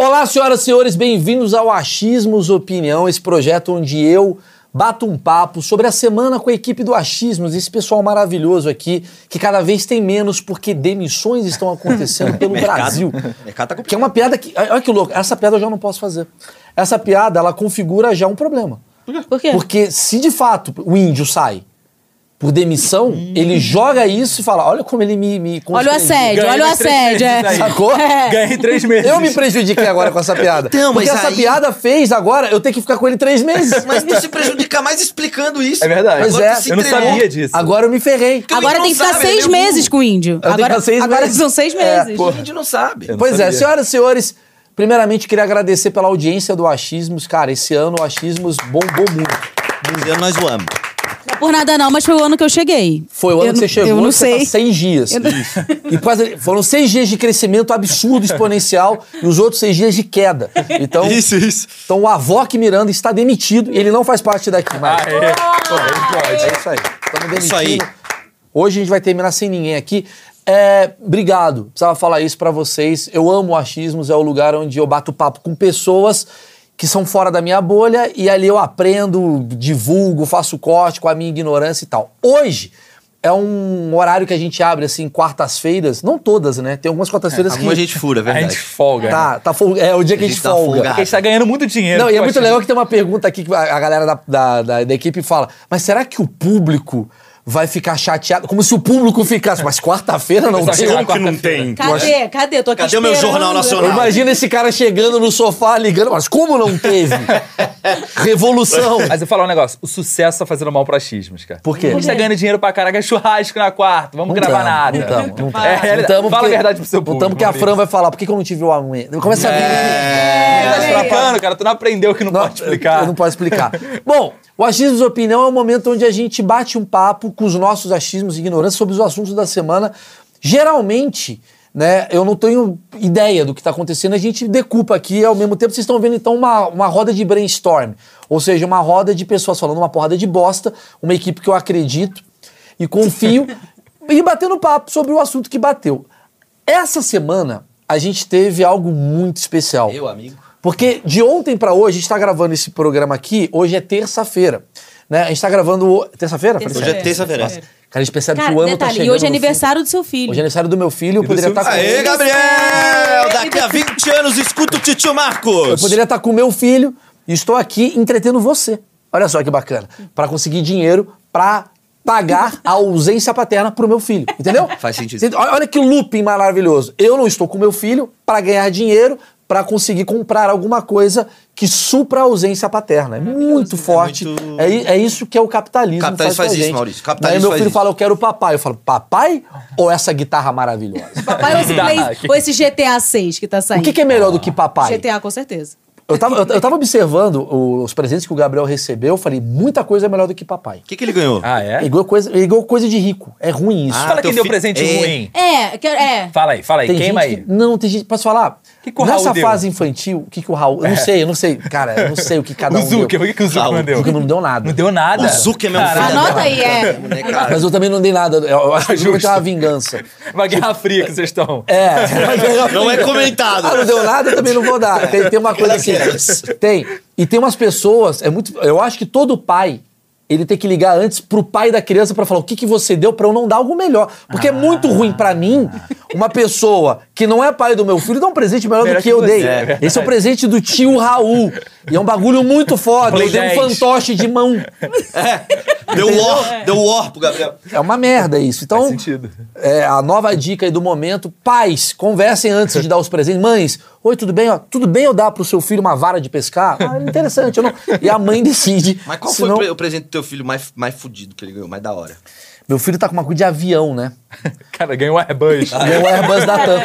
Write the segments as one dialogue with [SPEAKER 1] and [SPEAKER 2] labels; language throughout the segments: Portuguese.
[SPEAKER 1] Olá, senhoras e senhores, bem-vindos ao Achismos Opinião, esse projeto onde eu bato um papo sobre a semana com a equipe do Achismos, esse pessoal maravilhoso aqui, que cada vez tem menos porque demissões estão acontecendo pelo
[SPEAKER 2] Mercado.
[SPEAKER 1] Brasil.
[SPEAKER 2] mercado tá complicado.
[SPEAKER 1] Que é uma piada que. Olha que louco, essa piada eu já não posso fazer. Essa piada, ela configura já um problema.
[SPEAKER 3] Por quê?
[SPEAKER 1] Porque se de fato o índio sai por demissão, ele joga isso e fala: olha como ele me. me
[SPEAKER 3] Hum. Olha o
[SPEAKER 1] constrangiu."
[SPEAKER 3] assédio, olha o
[SPEAKER 4] Ganhei três
[SPEAKER 3] assédio. é.
[SPEAKER 4] vezes aí.
[SPEAKER 1] Sacou?
[SPEAKER 4] Ganhei três meses.
[SPEAKER 1] Eu me prejudiquei agora com essa piada.
[SPEAKER 2] Então, mas
[SPEAKER 1] Porque essa
[SPEAKER 2] aí-
[SPEAKER 1] piada fez agora eu ter que ficar com ele três meses.
[SPEAKER 2] Mas não se prejudica mais explicando isso.
[SPEAKER 4] É verdade.
[SPEAKER 1] Pois
[SPEAKER 2] Agora
[SPEAKER 1] é.
[SPEAKER 2] tu se
[SPEAKER 4] Eu não
[SPEAKER 2] entregou.
[SPEAKER 4] sabia disso.
[SPEAKER 1] Agora eu me ferrei.
[SPEAKER 2] Porque o
[SPEAKER 3] Agora
[SPEAKER 2] índio
[SPEAKER 3] tem que
[SPEAKER 2] não
[SPEAKER 3] ficar
[SPEAKER 2] sabe,
[SPEAKER 3] seis
[SPEAKER 2] ele é burro.
[SPEAKER 3] meses com o índio.
[SPEAKER 1] tenho que
[SPEAKER 3] Agora,
[SPEAKER 1] ficar seis
[SPEAKER 3] agora
[SPEAKER 1] meses.
[SPEAKER 3] são seis
[SPEAKER 1] É,
[SPEAKER 3] meses.
[SPEAKER 2] O índio não sabe.
[SPEAKER 4] não
[SPEAKER 1] Pois é,
[SPEAKER 4] sabia.
[SPEAKER 1] senhoras e senhores, primeiramente queria agradecer pela audiência do Achismos. Cara, esse ano o Achismos bombou muito.
[SPEAKER 5] é.
[SPEAKER 2] Indiano nós zoamos.
[SPEAKER 3] Por nada não, mas foi o ano que eu cheguei.
[SPEAKER 1] Foi o ano
[SPEAKER 3] Eu
[SPEAKER 1] que
[SPEAKER 3] não-
[SPEAKER 1] você chegou,
[SPEAKER 3] eu não
[SPEAKER 1] que você
[SPEAKER 3] sei.
[SPEAKER 1] tá seis dias. Isso. E quase, foram seis dias de crescimento absurdo, exponencial, e os outros seis dias de queda. Então,
[SPEAKER 2] Isso, isso.
[SPEAKER 1] então o Avoc Miranda está demitido e ele não faz parte daqui mais.
[SPEAKER 4] É. Pô, ele
[SPEAKER 1] É isso aí. Estamos demitindo.
[SPEAKER 2] Isso aí.
[SPEAKER 1] Hoje a gente vai terminar sem ninguém aqui. É, obrigado. Precisava falar isso pra vocês. Eu amo o achismos, é o lugar onde eu bato papo com pessoas que são fora da minha bolha e ali eu aprendo, divulgo, faço corte com a minha ignorância e tal. Hoje é um horário que a gente abre assim quartas-feiras, não todas, né? Tem algumas quartas-feiras que
[SPEAKER 2] Alguma gente fura, é
[SPEAKER 4] pode. assim, A
[SPEAKER 2] verdade.
[SPEAKER 4] gente folga. né?
[SPEAKER 1] tá, tá folga- é o dia que a gente,
[SPEAKER 2] gente tá
[SPEAKER 1] folga.
[SPEAKER 2] folgado.
[SPEAKER 4] Porque a gente tá ganhando muito dinheiro.
[SPEAKER 1] Não, e é
[SPEAKER 4] com
[SPEAKER 1] muito
[SPEAKER 4] isso.
[SPEAKER 1] legal que tem uma pergunta aqui que a a galera da, da, da- da equipe fala: mas será que o público vai ficar chateado? Como se o público ficasse, mas quarta-feira não tem. uma
[SPEAKER 4] Como que
[SPEAKER 1] quarta-feira."
[SPEAKER 4] não tem?
[SPEAKER 3] Cadê? Cadê? Eu tô aqui
[SPEAKER 2] Cadê o meu
[SPEAKER 3] esperando.
[SPEAKER 2] Jornal Nacional?
[SPEAKER 1] Imagina esse cara chegando no sofá ligando, mas como não teve? Revolução!
[SPEAKER 4] Mas eu vou falar um negócio. O sucesso tá fazendo mal pra xismos, cara.
[SPEAKER 1] Por quê? Então,
[SPEAKER 4] A gente tá ganhando dinheiro pra caraca. Churrasco na quarta. Vamos
[SPEAKER 1] Não
[SPEAKER 4] gravar
[SPEAKER 1] tamo,
[SPEAKER 4] nada.
[SPEAKER 1] Não tamo, não tamo.
[SPEAKER 4] É,
[SPEAKER 1] Não tamo
[SPEAKER 4] realidade. Fala a
[SPEAKER 1] então. porque-
[SPEAKER 4] verdade pro seu
[SPEAKER 1] Não
[SPEAKER 4] público.
[SPEAKER 1] tamo que a
[SPEAKER 4] Maurício.
[SPEAKER 1] Fran vai falar, por que, que eu não tive o amanhã? Começa a vir. É,
[SPEAKER 4] Tá explicando, cara. Tu não aprendeu que não,
[SPEAKER 1] Não,
[SPEAKER 4] pode explicar.
[SPEAKER 1] Eu não posso explicar. Bom, o Achismos Opinião é o momento onde a gente bate um papo com os nossos achismos e ignorâncias sobre os assuntos da semana. Geralmente, né, eu não tenho ideia do que está acontecendo, a gente decupa aqui ao mesmo tempo. Vocês estão vendo, então, uma, uma roda de brainstorm. Ou seja, uma roda de pessoas falando uma porrada de bosta, uma equipe que eu acredito e confio, e batendo papo sobre o assunto que bateu. Essa semana, a gente teve algo muito especial.
[SPEAKER 2] Eu, amigo.
[SPEAKER 1] Porque de ontem pra hoje, a gente tá gravando esse programa aqui, hoje é terça-feira. Né? A gente tá gravando. o- Terça-feira? Falei
[SPEAKER 2] Hoje é
[SPEAKER 1] certo?
[SPEAKER 2] terça-feira.
[SPEAKER 1] Cara, a gente percebe
[SPEAKER 3] Cara,
[SPEAKER 1] que o ano tá
[SPEAKER 3] detalhe,
[SPEAKER 1] chegando.
[SPEAKER 3] e hoje é
[SPEAKER 1] no fim.
[SPEAKER 3] aniversário do seu filho.
[SPEAKER 1] Hoje é aniversário do meu filho, eu poderia
[SPEAKER 4] tá
[SPEAKER 1] estar com
[SPEAKER 2] Aê,
[SPEAKER 1] ele.
[SPEAKER 2] Gabriel! Daqui a 20 anos, escuta o Titio Marcos.
[SPEAKER 1] Eu poderia estar com o meu filho e estou aqui entretendo você. Olha só que bacana. Pra conseguir dinheiro pra pagar a ausência paterna pro meu filho, entendeu?
[SPEAKER 2] Faz sentido.
[SPEAKER 1] Entende? Olha olha que looping maravilhoso. Eu não estou com meu filho pra ganhar dinheiro pra conseguir comprar alguma coisa que supra a ausência paterna. É muito forte. É,
[SPEAKER 2] muito-
[SPEAKER 1] i- é isso que é o capitalismo.
[SPEAKER 2] Capitalismo
[SPEAKER 1] faz, com a
[SPEAKER 2] faz isso,
[SPEAKER 1] gente.
[SPEAKER 2] Maurício. Capitalismo
[SPEAKER 1] Aí meu
[SPEAKER 2] faz
[SPEAKER 1] filho
[SPEAKER 2] isso.
[SPEAKER 1] fala, eu quero papai. Eu falo, papai ou essa guitarra maravilhosa?
[SPEAKER 3] Papai é ou esse, Play- ou esse GTA 6 que tá
[SPEAKER 1] o
[SPEAKER 3] saindo?
[SPEAKER 1] que, que é melhor do que papai?
[SPEAKER 3] GTA, com certeza.
[SPEAKER 1] Eu tava, eu, eu tava observando o- os presentes que o Gabriel recebeu, eu falei, muita coisa é melhor do que papai.
[SPEAKER 2] O que, que ele ganhou?
[SPEAKER 4] Ah, é?
[SPEAKER 1] É igual coisa, é igual coisa de rico. É ruim isso.
[SPEAKER 2] Ah,
[SPEAKER 4] Fala quem
[SPEAKER 2] teu
[SPEAKER 4] deu
[SPEAKER 2] fi-
[SPEAKER 4] presente
[SPEAKER 2] É.
[SPEAKER 4] ruim.
[SPEAKER 3] É, que- é.
[SPEAKER 4] Fala aí, fala aí.
[SPEAKER 1] tem
[SPEAKER 4] Queima
[SPEAKER 1] gente
[SPEAKER 4] aí.
[SPEAKER 1] que- não, tem gente. Posso falar?
[SPEAKER 4] Que que o
[SPEAKER 1] Nessa
[SPEAKER 4] Raul deu? É.
[SPEAKER 1] fase infantil, o que, que o Raul. Eu não sei, eu não sei. Cara, eu não sei o que cada
[SPEAKER 4] O
[SPEAKER 1] um.
[SPEAKER 4] Zucker,
[SPEAKER 1] deu.
[SPEAKER 4] o que, que o Zucker
[SPEAKER 2] Raul,
[SPEAKER 4] não deu?
[SPEAKER 1] Zucker não deu nada.
[SPEAKER 4] Não deu nada.
[SPEAKER 2] O Zucker é meu filho.
[SPEAKER 4] Caralho.
[SPEAKER 3] Anota aí, é.
[SPEAKER 2] Né, cara?
[SPEAKER 1] Mas eu também não dei nada. Eu, eu acho que
[SPEAKER 4] Justo.
[SPEAKER 1] eu tenho uma vingança.
[SPEAKER 4] Uma guerra fria que vocês estão.
[SPEAKER 1] É.
[SPEAKER 2] Não é comentado.
[SPEAKER 1] Ah, não deu nada, eu também não vou dar. Tem, tem uma coisa assim.
[SPEAKER 2] Graças.
[SPEAKER 1] Tem. E tem umas pessoas, é muito. Eu acho que todo pai ele ter que ligar antes pro pai da criança pra falar o que, que você deu pra eu não dar algo melhor. Porque é muito ruim pra mim uma pessoa que não é pai do meu filho dar um presente melhor,
[SPEAKER 4] Melhor
[SPEAKER 1] do que
[SPEAKER 4] que
[SPEAKER 1] eu
[SPEAKER 4] você,
[SPEAKER 1] dei.
[SPEAKER 4] é verdade.
[SPEAKER 1] Esse é o presente do tio Raul. E é um bagulho muito foda.
[SPEAKER 4] Play
[SPEAKER 1] Eu dei um
[SPEAKER 4] 10.
[SPEAKER 1] fantoche de mão.
[SPEAKER 5] Deu war, deu war pro Gabriel.
[SPEAKER 1] É uma merda isso. Então,
[SPEAKER 4] Faz sentido.
[SPEAKER 1] é, a nova dica aí do momento, pais, conversem antes de dar os presentes. Mães, oi, tudo bem? Ó, tudo bem eu dar pro seu filho uma vara de pescar? Ah, interessante. eu não- E a mãe decide.
[SPEAKER 5] Mas qual
[SPEAKER 1] senão-
[SPEAKER 5] foi o pre- o presente do teu filho mais, mais fudido que ele ganhou, mais da hora?
[SPEAKER 1] Meu filho tá com uma cu de avião, né?
[SPEAKER 4] Cara, ganhou o Airbus.
[SPEAKER 5] Ah,
[SPEAKER 1] Ganhou o
[SPEAKER 5] é?
[SPEAKER 1] Airbus da TAM.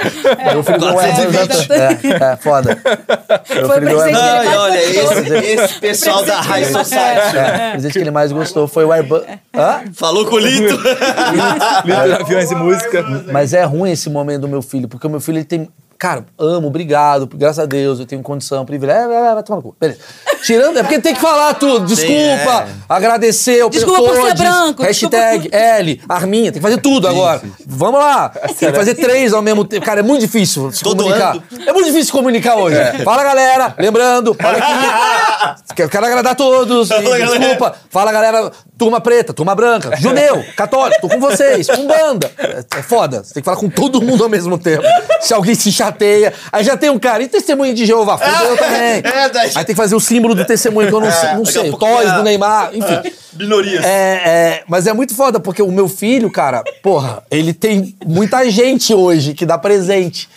[SPEAKER 1] Meu filho ganhou o Airbus da TAM. É, é, foda. Meu
[SPEAKER 3] Foi o
[SPEAKER 1] filho ganhou o Airbus-
[SPEAKER 3] presente dele.
[SPEAKER 5] Ai,
[SPEAKER 3] mais
[SPEAKER 5] olha, esse,
[SPEAKER 3] gostoso.
[SPEAKER 5] esse pessoal da High Society
[SPEAKER 1] É, o presente que ele mais gostou foi o Airbus.
[SPEAKER 3] É.
[SPEAKER 1] Hã?
[SPEAKER 5] falou com o Lito.
[SPEAKER 1] Ah, é.
[SPEAKER 4] Líder de aviões e música.
[SPEAKER 1] Mas é ruim esse momento do meu filho, porque o meu filho ele tem. Cara, amo, obrigado, graças a Deus, eu tenho condição, privilégio. É, é, vai tomar no cu. Beleza. Tirando, é porque tem que falar tudo. Desculpa, agradecer, o
[SPEAKER 3] Desculpa por ser branco,
[SPEAKER 1] Hashtag
[SPEAKER 3] desculpa
[SPEAKER 1] L, Arminha, tem que fazer tudo agora. Vamos lá. Tem que fazer três ao mesmo tempo. Cara, é muito difícil se
[SPEAKER 5] Tô
[SPEAKER 1] comunicar.
[SPEAKER 5] doando.
[SPEAKER 1] É muito difícil se comunicar hoje. Fala, galera. Lembrando, olha aqui. Quero- Quero agradar todos. e
[SPEAKER 5] Fala, galera.
[SPEAKER 1] desculpa. Fala, galera, turma preta, turma branca, judeu, católico, tô com vocês, com banda. É, é foda, você tem que falar com todo mundo ao mesmo tempo. Se alguém se chateia. Aí já tem um cara, e testemunho de Jeová? Fudeu também.
[SPEAKER 5] é, daí-
[SPEAKER 1] Aí tem que fazer o símbolo do testemunho, que eu não, sei- não
[SPEAKER 5] daqui a
[SPEAKER 1] sei, o
[SPEAKER 5] pouco
[SPEAKER 1] Toys
[SPEAKER 5] tem a-
[SPEAKER 1] do Neymar, enfim.
[SPEAKER 5] Minorias.
[SPEAKER 1] É, é, mas é muito foda, porque o meu filho, cara, porra, ele tem muita gente hoje que dá presente.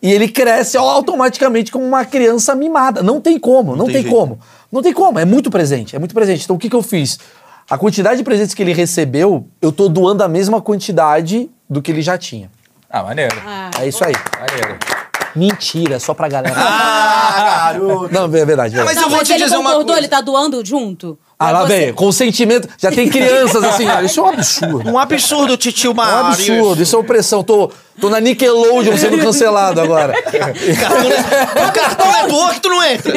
[SPEAKER 1] E ele cresce automaticamente como uma criança mimada. Não tem como, não,
[SPEAKER 5] tem
[SPEAKER 1] tem,
[SPEAKER 5] jeito.
[SPEAKER 1] como. Não tem como, é muito presente, é muito presente. Então o que, que eu fiz? A quantidade de presentes que ele recebeu, eu tô doando a mesma quantidade do que ele já tinha.
[SPEAKER 4] Ah, maneiro.
[SPEAKER 1] É isso aí.
[SPEAKER 4] Maneiro.
[SPEAKER 1] Mentira, é só pra galera.
[SPEAKER 5] Ah, garoto. Ah,
[SPEAKER 1] Não, é verdade. É verdade.
[SPEAKER 5] Mas eu é vou te
[SPEAKER 3] ele
[SPEAKER 5] dizer uma
[SPEAKER 3] concordou,
[SPEAKER 5] coisa.
[SPEAKER 3] ele tá doando junto?
[SPEAKER 1] Ah, lá
[SPEAKER 3] Você-
[SPEAKER 1] vem, consentimento. Já tem crianças assim, cara, isso é um absurdo.
[SPEAKER 5] Um absurdo, titio
[SPEAKER 1] É um
[SPEAKER 5] Mário.
[SPEAKER 1] absurdo, isso é opressão. Tô, tô na Nickelodeon sendo cancelado agora.
[SPEAKER 5] O cartão é boa que tu não entra.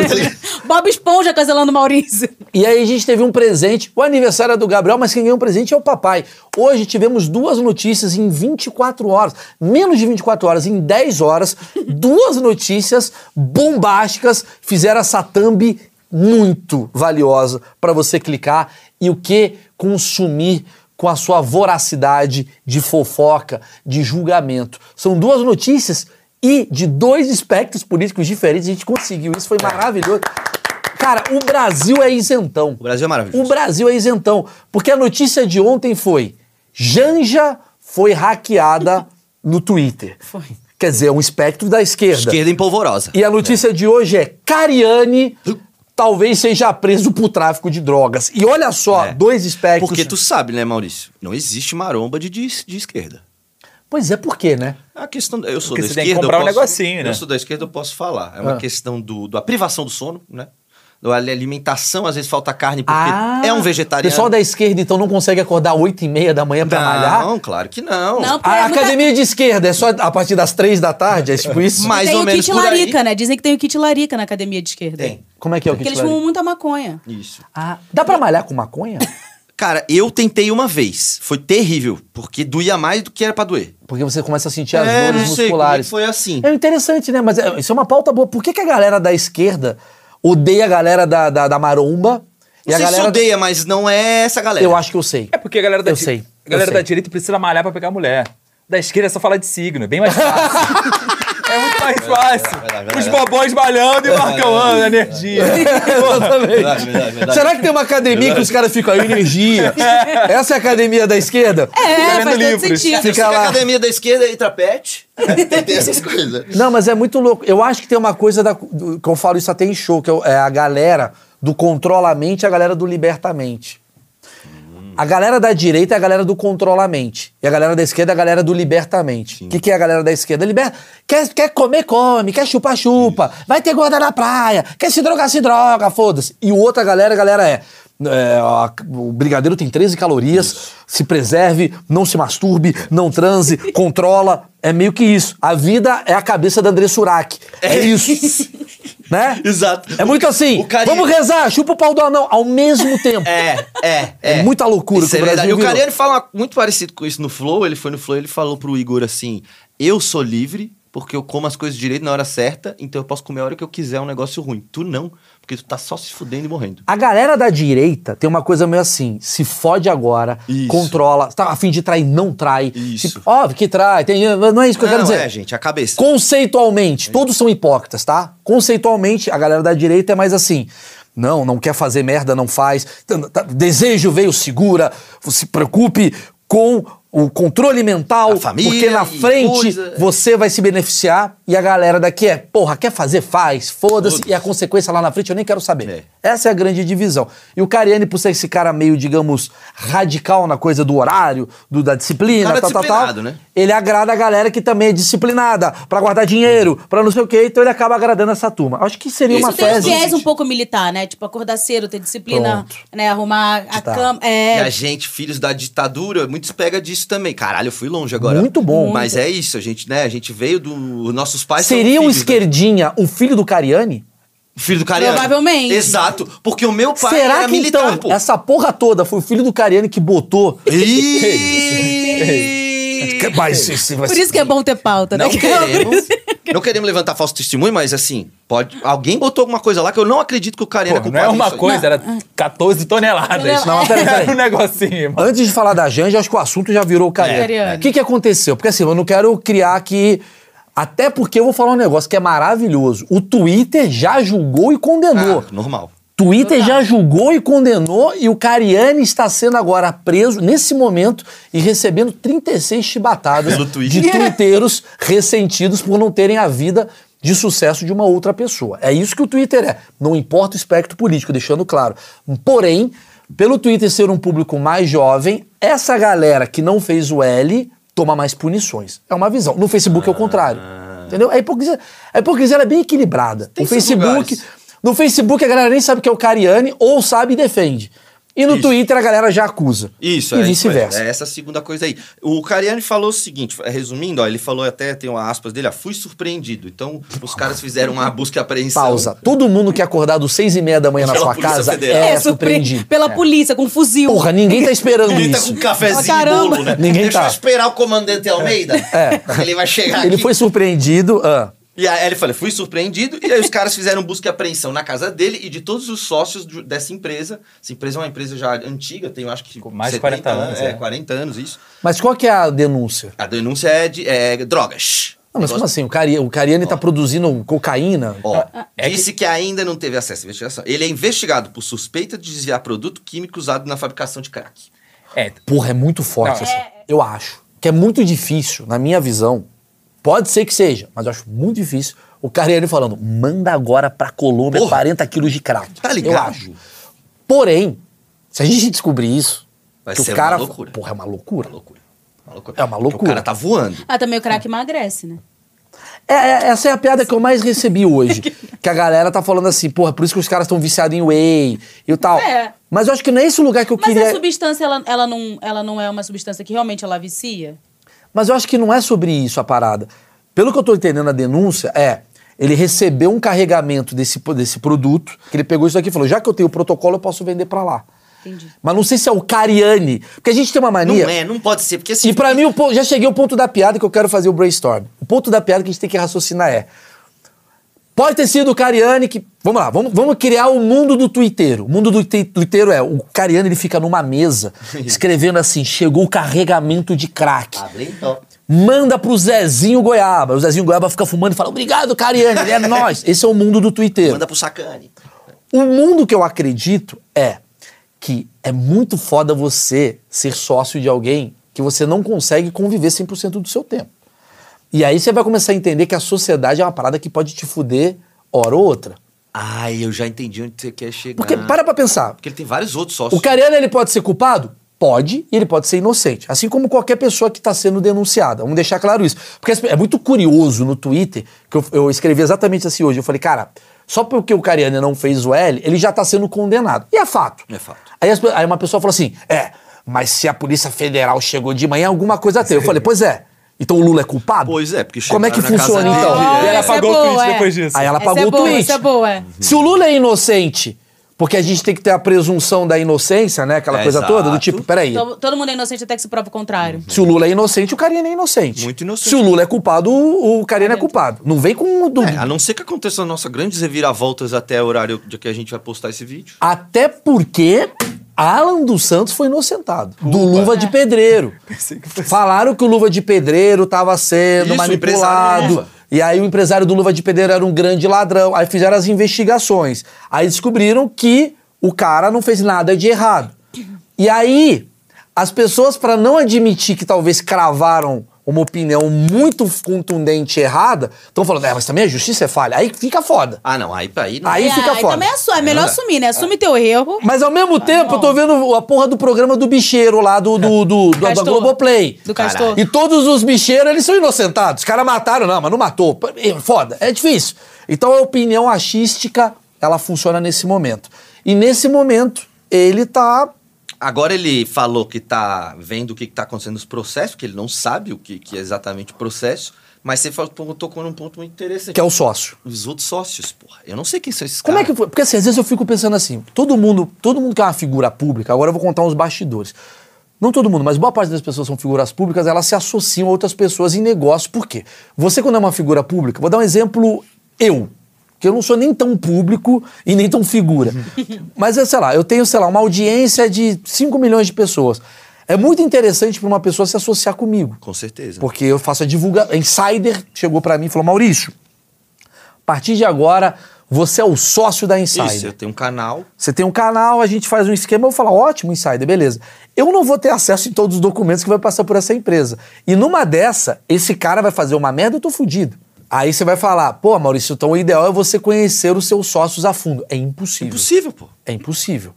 [SPEAKER 3] Bob Esponja cancelando Maurício.
[SPEAKER 1] E aí a gente teve um presente, o aniversário é do Gabriel, mas quem ganhou um presente é o papai. Hoje tivemos duas notícias em 24 horas, menos de 24 horas, em 10 horas, duas notícias bombásticas fizeram essa thumb muito valiosa para você clicar e o que consumir com a sua voracidade de fofoca, de julgamento. São duas notícias e de dois espectros políticos diferentes, a gente conseguiu. Isso foi maravilhoso. Cara, o Brasil é isentão.
[SPEAKER 5] O Brasil é maravilhoso.
[SPEAKER 1] O Brasil é isentão. Porque a notícia de ontem foi: Janja foi hackeada no Twitter. Foi. Quer dizer, é um espectro da esquerda.
[SPEAKER 5] Esquerda empolvorosa.
[SPEAKER 1] E a notícia de hoje é: Cariani
[SPEAKER 5] Hum.
[SPEAKER 1] talvez seja preso por tráfico de drogas. E olha só,
[SPEAKER 5] É.
[SPEAKER 1] dois espectros.
[SPEAKER 5] Porque tu sabe, né, Maurício? Não existe maromba de, de, de esquerda.
[SPEAKER 1] Pois é, por quê, né?
[SPEAKER 5] É uma questão. Eu sou
[SPEAKER 4] Porque
[SPEAKER 5] da
[SPEAKER 4] você
[SPEAKER 5] esquerda.
[SPEAKER 4] tem que comprar
[SPEAKER 5] eu
[SPEAKER 4] um
[SPEAKER 5] posso-
[SPEAKER 4] negocinho, né?
[SPEAKER 5] Eu sou da esquerda, eu posso falar. É uma
[SPEAKER 1] Ah.
[SPEAKER 5] questão do, da privação do sono, né? Da alimentação, às vezes falta carne porque
[SPEAKER 1] Ah,
[SPEAKER 5] é um
[SPEAKER 1] O
[SPEAKER 5] vegetariano.
[SPEAKER 1] pessoal da esquerda, então, não consegue acordar 8 e meia da manhã pra malhar?
[SPEAKER 5] Não, claro que não.
[SPEAKER 3] Não, porque
[SPEAKER 1] A
[SPEAKER 3] é muita-
[SPEAKER 1] academia de esquerda é só a partir das três da tarde? É tipo isso?
[SPEAKER 5] Mas- mais
[SPEAKER 3] tem
[SPEAKER 5] ou
[SPEAKER 3] o
[SPEAKER 5] menos
[SPEAKER 3] kit
[SPEAKER 5] por aí.
[SPEAKER 3] larica, né? Dizem que tem o kit larica na academia de esquerda.
[SPEAKER 5] Tem.
[SPEAKER 1] Como é que é o que
[SPEAKER 3] Porque eles
[SPEAKER 1] te
[SPEAKER 3] fumam muita maconha.
[SPEAKER 5] Isso.
[SPEAKER 1] Ah, dá pra malhar com maconha?
[SPEAKER 5] Cara, eu tentei uma vez. Foi terrível, porque doía mais do que era pra doer.
[SPEAKER 1] Porque você começa a sentir as
[SPEAKER 5] É,
[SPEAKER 1] dores
[SPEAKER 5] não sei,
[SPEAKER 1] musculares.
[SPEAKER 5] como é que foi assim.
[SPEAKER 1] É interessante, né? Mas é- isso é uma pauta boa. Por que, que a galera da esquerda odeia a galera da, da, da maromba? E
[SPEAKER 5] Não
[SPEAKER 1] a
[SPEAKER 5] sei
[SPEAKER 1] galera.
[SPEAKER 5] se odeia, mas não é essa galera.
[SPEAKER 1] Eu acho que eu sei.
[SPEAKER 4] É porque a galera da,
[SPEAKER 1] Eu
[SPEAKER 4] di-
[SPEAKER 1] sei,
[SPEAKER 4] a galera
[SPEAKER 1] eu
[SPEAKER 4] da
[SPEAKER 1] sei.
[SPEAKER 4] direita precisa malhar pra pegar mulher. Da esquerda é só falar de signo, é bem mais fácil. é muito mais fácil.
[SPEAKER 5] verdade, verdade.
[SPEAKER 4] Os bobões malhando e marcam ah, energia.
[SPEAKER 5] é Verdade,
[SPEAKER 1] Exatamente.
[SPEAKER 5] verdade, verdade.
[SPEAKER 1] Será que tem uma academia que os caras ficam aí, energia? Essa é a academia da esquerda?
[SPEAKER 3] É,
[SPEAKER 4] Lendo
[SPEAKER 3] faz todo
[SPEAKER 4] livros.
[SPEAKER 3] sentido.
[SPEAKER 5] Eu sei que
[SPEAKER 1] Fica
[SPEAKER 5] a
[SPEAKER 1] lá.
[SPEAKER 5] academia da esquerda entra pet. Tem essas coisas.
[SPEAKER 1] Não, mas é muito louco. Eu acho que tem uma coisa da- do- que eu falo isso até em show, que é o- é a galera do controla a mente e a galera do liberta a mente. A galera da direita é a galera do controla a mente. E a galera da esquerda é a galera do liberta a mente. O que, que é a galera da esquerda? Liberta. Quer, quer comer, come. Quer chupar, chupa. Vai ter gorda na praia. Quer se drogar, se droga. Foda-se. E o outra galera, a galera é. é, ó, o brigadeiro tem 13 calorias. Se preserve, não se masturbe, não transe, controla. É meio que isso. A vida é a cabeça da André Surak. É isso. né?
[SPEAKER 5] Exato.
[SPEAKER 1] É muito assim.
[SPEAKER 5] O cara-
[SPEAKER 1] Vamos rezar, chupa o pau do anão. Ao mesmo tempo.
[SPEAKER 5] É, é,
[SPEAKER 1] É muita loucura que
[SPEAKER 5] Isso é
[SPEAKER 1] o Brasil
[SPEAKER 5] verdade. E o
[SPEAKER 1] virou.
[SPEAKER 5] Cariani fala uma- muito parecido com isso no Flow. Ele foi no Flow ele falou pro Igor assim: Eu sou livre porque eu como as coisas direito na hora certa, então eu posso comer a hora que eu quiser um negócio é ruim. Tu não. Porque tu tá só se fudendo e morrendo.
[SPEAKER 1] A galera da direita tem uma coisa meio assim: se fode agora,
[SPEAKER 5] Isso.
[SPEAKER 1] controla, tá a fim de trair, não trai.
[SPEAKER 5] Isso.
[SPEAKER 1] Se- óbvio que trai, tem- não é isso que eu quero
[SPEAKER 5] não,
[SPEAKER 1] dizer.
[SPEAKER 5] é, gente, a cabeça. É
[SPEAKER 1] Conceitualmente, todos são hipócritas, tá? Conceitualmente, a galera da direita é mais assim. Não, não quer fazer merda, não faz. Tá- tá- Desejo veio segura, se preocupe com o controle mental,
[SPEAKER 5] A família
[SPEAKER 1] porque na
[SPEAKER 5] e
[SPEAKER 1] frente
[SPEAKER 5] coisa.
[SPEAKER 1] você vai se beneficiar. E a galera daqui é, porra, quer fazer, faz, foda-se.
[SPEAKER 5] Foda-se.
[SPEAKER 1] e a consequência lá na frente eu nem quero saber. Essa é a grande divisão. E o Cariani, por ser esse cara meio, digamos, radical na coisa do horário, do, da disciplina,
[SPEAKER 5] Cara
[SPEAKER 1] tal, tal, tal.
[SPEAKER 5] disciplinado, né?
[SPEAKER 1] Ele agrada a galera que também é disciplinada, pra guardar dinheiro, pra não sei o quê, então ele acaba agradando essa turma. Acho que seria
[SPEAKER 5] Isso
[SPEAKER 1] uma
[SPEAKER 3] Isso tem um
[SPEAKER 1] tese.
[SPEAKER 3] viés um pouco militar, né? Tipo, acordar cedo, ter disciplina,
[SPEAKER 1] Pronto.
[SPEAKER 3] né? Arrumar a
[SPEAKER 1] Tá.
[SPEAKER 3] cama.
[SPEAKER 5] E
[SPEAKER 3] É,
[SPEAKER 5] a gente, filhos da ditadura, muitos pega disso também. Caralho, eu fui longe agora.
[SPEAKER 1] Muito bom.
[SPEAKER 5] Mas é isso, a gente, né? A gente veio do. os Nossos pais são
[SPEAKER 1] Seria um
[SPEAKER 5] filhos da-
[SPEAKER 1] esquerdinha o filho do Cariani?
[SPEAKER 5] Filho do Cariano.
[SPEAKER 3] Provavelmente.
[SPEAKER 5] Exato. Porque o meu pai
[SPEAKER 1] Será
[SPEAKER 5] era
[SPEAKER 1] que
[SPEAKER 5] militar,
[SPEAKER 1] então
[SPEAKER 5] pô.
[SPEAKER 1] essa porra toda foi o filho do Cariani que botou?
[SPEAKER 5] Ih!
[SPEAKER 1] Mas isso vai
[SPEAKER 3] por
[SPEAKER 1] ser-
[SPEAKER 3] isso que é bom ter pauta, né?
[SPEAKER 5] Não
[SPEAKER 3] Que-
[SPEAKER 1] É,
[SPEAKER 5] queremos, não queremos levantar falso testemunho, mas assim, pode, alguém botou alguma coisa lá que eu não acredito que o cara era
[SPEAKER 4] Pô, não
[SPEAKER 5] culpado.
[SPEAKER 4] é uma
[SPEAKER 5] disso aí.
[SPEAKER 4] coisa, era
[SPEAKER 3] ah.
[SPEAKER 4] 14 toneladas.
[SPEAKER 1] Não, mas peraí, peraí.
[SPEAKER 4] Era um negocinho, irmão.
[SPEAKER 1] Antes de falar da Janja, acho que o assunto já virou o Cariani.
[SPEAKER 3] É, é.
[SPEAKER 1] O que, que aconteceu? Porque assim, eu não quero criar aqui. Até porque eu vou falar um negócio que é maravilhoso. O Twitter já julgou e condenou.
[SPEAKER 5] Ah, normal.
[SPEAKER 1] Twitter já julgou e condenou e o Cariani está sendo agora preso nesse momento e recebendo 36 chibatadas
[SPEAKER 5] Pelo
[SPEAKER 1] de
[SPEAKER 5] Twitter.
[SPEAKER 1] twitteiros ressentidos por não terem a vida de sucesso de uma outra pessoa. É isso que o Twitter é. Não importa o espectro político, deixando claro. Porém, pelo Twitter ser um público mais jovem, essa galera que não fez o L toma mais punições. É uma visão. No Facebook é o contrário.
[SPEAKER 5] Ah.
[SPEAKER 1] Entendeu? A hipocrisia, a hipocrisia ela é bem equilibrada.
[SPEAKER 5] Tem
[SPEAKER 1] o
[SPEAKER 5] seus
[SPEAKER 1] Facebook...
[SPEAKER 5] lugares.
[SPEAKER 1] No Facebook a galera nem sabe o que é o Cariani, ou sabe e defende. E no
[SPEAKER 5] Isso.
[SPEAKER 1] Twitter a galera já acusa.
[SPEAKER 5] Isso,
[SPEAKER 1] E
[SPEAKER 5] é isso mesmo.
[SPEAKER 1] vice-versa.
[SPEAKER 5] É essa segunda coisa aí. O Cariani falou o seguinte, é, resumindo, ó, ele falou até, tem uma aspas dele, ó, fui surpreendido. Então, os caras fizeram uma busca e apreensão.
[SPEAKER 1] Pausa. Todo mundo que acordar dos seis e meia da manhã na
[SPEAKER 5] é um- Pela
[SPEAKER 1] sua
[SPEAKER 5] Polícia
[SPEAKER 1] casa
[SPEAKER 5] Federal.
[SPEAKER 1] é,
[SPEAKER 3] é, surpreendido.
[SPEAKER 1] surpreendido.
[SPEAKER 3] Pela polícia, com um fuzil.
[SPEAKER 1] Porra, ninguém tá esperando
[SPEAKER 5] Ele tá
[SPEAKER 1] isso.
[SPEAKER 5] com um cafezinho
[SPEAKER 3] Ah, caramba.
[SPEAKER 5] e bolo, né?
[SPEAKER 1] Ninguém
[SPEAKER 5] Deixa
[SPEAKER 1] tá. É.
[SPEAKER 5] eu esperar o comandante Almeida. Ele vai chegar
[SPEAKER 1] Ele
[SPEAKER 5] aqui.
[SPEAKER 1] foi surpreendido. ah.
[SPEAKER 5] E aí ele falou, fui surpreendido. E aí os caras fizeram busca e apreensão na casa dele e de todos os sócios de- dessa empresa. Essa empresa é uma empresa já antiga, tem eu acho que...
[SPEAKER 4] Com mais de 40 anos,
[SPEAKER 5] É,
[SPEAKER 4] é.
[SPEAKER 5] 40 anos, isso.
[SPEAKER 1] Mas qual que é a denúncia?
[SPEAKER 5] A denúncia é de é, drogas.
[SPEAKER 1] Não, mas como assim? O, Cari... o Cariani tá produzindo cocaína?
[SPEAKER 5] Ó,
[SPEAKER 4] é
[SPEAKER 5] disse que... ainda não teve acesso à investigação. Ele é investigado por suspeita de desviar produto químico usado na fabricação de crack.
[SPEAKER 4] É,
[SPEAKER 1] Porra, é muito forte.
[SPEAKER 4] Não.
[SPEAKER 1] assim. Eu acho que é muito difícil, na minha visão. Pode ser que seja, mas eu acho muito difícil. O Cariani falando, manda agora pra Colômbia
[SPEAKER 5] Porra.
[SPEAKER 1] 40 quilos de crack.
[SPEAKER 5] Tá
[SPEAKER 1] Eu
[SPEAKER 5] ligado?
[SPEAKER 1] acho. Porém, se a gente descobrir isso,
[SPEAKER 5] Vai
[SPEAKER 1] que
[SPEAKER 5] ser
[SPEAKER 1] o cara.
[SPEAKER 5] uma loucura.
[SPEAKER 1] Porra, é uma loucura.
[SPEAKER 5] Uma loucura. Uma loucura.
[SPEAKER 1] É uma
[SPEAKER 5] Porque
[SPEAKER 1] loucura.
[SPEAKER 5] O cara tá voando.
[SPEAKER 3] Ah, também o crack emagrece, né?
[SPEAKER 1] É, é- essa é a piada que eu mais recebi hoje. que a galera tá falando assim, porra, por isso que os caras estão viciados em whey e tal.
[SPEAKER 3] É.
[SPEAKER 1] Mas eu acho que não é esse o lugar que eu
[SPEAKER 3] Mas
[SPEAKER 1] queria.
[SPEAKER 3] a substância, ela, ela não, ela não é uma substância que realmente ela vicia?
[SPEAKER 1] Mas eu acho que não é sobre isso a parada. Pelo que eu tô entendendo a denúncia, é. Ele recebeu um carregamento desse, desse produto, que ele pegou isso aqui e falou: já que eu tenho o protocolo, eu posso vender pra lá.
[SPEAKER 3] Entendi.
[SPEAKER 1] Mas não sei se é o Cariani. Porque a gente tem uma
[SPEAKER 5] Não
[SPEAKER 1] mania.
[SPEAKER 5] é, não pode ser, porque assim...
[SPEAKER 1] E pra mim, o po- já cheguei ao ponto da piada que eu quero fazer o brainstorm. O ponto da piada que a gente tem que raciocinar é. Pode ter sido o Cariani que. Vamos lá, vamos, vamos criar o mundo do tuiteiro. O mundo do tui- tuiteiro é. O Cariani ele fica numa mesa escrevendo assim: chegou o carregamento de crack.
[SPEAKER 5] Abre então.
[SPEAKER 1] Manda pro Zezinho Goiaba. O Zezinho Goiaba fica fumando e fala: Obrigado, Cariani, ele é nós. Esse é o mundo do Twitter.
[SPEAKER 5] Manda pro sacane.
[SPEAKER 1] O mundo que eu acredito é que é muito foda você ser sócio de alguém que você não consegue conviver 100% do seu tempo. E aí você vai começar a entender que a sociedade é uma parada que pode te fuder hora ou outra.
[SPEAKER 5] Ai, eu já entendi onde você quer chegar.
[SPEAKER 1] Porque, para pra pensar,
[SPEAKER 5] Porque ele tem vários outros sócios.
[SPEAKER 1] o Cariano, ele pode ser culpado? Pode, e ele pode ser inocente. Assim como qualquer pessoa que está sendo denunciada. Vamos deixar claro isso. Porque as pe- é muito curioso no Twitter, que eu, eu escrevi exatamente assim hoje. Eu falei, cara, só porque o Cariano não fez o L, ele já está sendo condenado. E é fato.
[SPEAKER 5] É fato.
[SPEAKER 1] Aí, as pe- aí uma pessoa falou assim, é, mas se a Polícia Federal chegou de manhã, alguma coisa tem. Eu falei, pois é. Então o Lula é culpado?
[SPEAKER 5] Pois é, porque
[SPEAKER 1] Como é que
[SPEAKER 5] chegaram na
[SPEAKER 1] funciona
[SPEAKER 5] casa
[SPEAKER 1] então? E
[SPEAKER 5] dele,
[SPEAKER 1] ela
[SPEAKER 5] é.
[SPEAKER 3] Essa é
[SPEAKER 4] apagou o
[SPEAKER 3] boa,
[SPEAKER 4] tweet
[SPEAKER 3] é.
[SPEAKER 4] depois disso.
[SPEAKER 1] Aí ela
[SPEAKER 3] Essa
[SPEAKER 1] apagou
[SPEAKER 3] é
[SPEAKER 1] o
[SPEAKER 3] boa,
[SPEAKER 1] tweet.
[SPEAKER 3] essa é boa.
[SPEAKER 1] Se o Lula é inocente, Porque a gente tem que ter a presunção da inocência, né? Aquela
[SPEAKER 5] É,
[SPEAKER 1] coisa toda, do
[SPEAKER 5] exato.
[SPEAKER 1] tipo, peraí.
[SPEAKER 3] Todo, todo mundo é inocente até que se prova o contrário.
[SPEAKER 1] Se o Lula é inocente, o Karina é inocente.
[SPEAKER 5] Muito inocente.
[SPEAKER 1] Se o Lula é culpado, o, o Karina é culpado. Não vem com dúvida.
[SPEAKER 5] É, a não ser que aconteça a nossa grandes reviravoltas até o horário de que a gente vai postar esse vídeo.
[SPEAKER 1] Até porque Alan dos Santos foi inocentado. Do Luva de Pedreiro. Falaram que o Luva de Pedreiro tava sendo
[SPEAKER 5] Isso, o empresário do
[SPEAKER 1] manipulado.
[SPEAKER 5] Luva.
[SPEAKER 1] E aí o empresário do Luva de Pedreiro era um grande ladrão. Aí fizeram as investigações. Aí descobriram que o cara não fez nada de errado. E aí as pessoas, para não admitir que talvez cravaram uma opinião muito contundente e errada, estão falando, é, mas também a justiça é falha. Aí fica foda.
[SPEAKER 5] Ah, não, aí, aí não.
[SPEAKER 1] Aí
[SPEAKER 3] É,
[SPEAKER 1] fica foda.
[SPEAKER 3] também é, só, é melhor
[SPEAKER 5] não dá.
[SPEAKER 3] assumir, né? Assume teu erro.
[SPEAKER 1] Mas ao
[SPEAKER 3] Ah,
[SPEAKER 1] mesmo tempo, eu tô vendo a porra do programa do bicheiro lá do, do, do, do- da
[SPEAKER 3] Castor.
[SPEAKER 1] Globoplay.
[SPEAKER 3] Do Castor.
[SPEAKER 1] E todos os bicheiros, eles são inocentados. Os caras mataram, não, mas não matou. Foda, é difícil. Então a opinião achística, ela funciona nesse momento. E nesse momento, ele tá.
[SPEAKER 5] Agora ele falou que tá vendo o que, que tá acontecendo nos processos, que ele não sabe o que, que é exatamente o processo, mas você falou, tocou num ponto muito interessante.
[SPEAKER 1] que é o sócio.
[SPEAKER 5] Os outros sócios, porra. Eu não sei quem são esses
[SPEAKER 1] Como é
[SPEAKER 5] caras.
[SPEAKER 1] que foi? Porque assim, às vezes eu fico pensando assim, todo mundo, todo mundo que é uma figura pública, agora eu vou contar uns bastidores. Não todo mundo, mas boa parte das pessoas que são figuras públicas, elas se associam a outras pessoas em negócio. Por quê? Você quando é uma figura pública, vou dar um exemplo eu, que eu não sou nem tão público e nem tão figura. mas é, sei lá, eu tenho, sei lá, uma audiência de 5 milhões de pessoas. É muito interessante para uma pessoa se associar comigo.
[SPEAKER 5] Com certeza.
[SPEAKER 1] Porque eu faço a divulgação. Insider chegou pra mim e falou: Maurício, a partir de agora, você é o sócio da Insider.
[SPEAKER 5] Isso, eu tenho um canal.
[SPEAKER 1] Você tem um canal, a gente faz um esquema, eu vou falar, ótimo, Insider, beleza. Eu não vou ter acesso em todos os documentos que vai passar por essa empresa. E numa dessa, esse cara vai fazer uma merda, eu tô fudido. Aí você vai falar, pô, Maurício, então o ideal é você conhecer os seus sócios a fundo. É impossível.
[SPEAKER 5] Impossível, pô.
[SPEAKER 1] É impossível.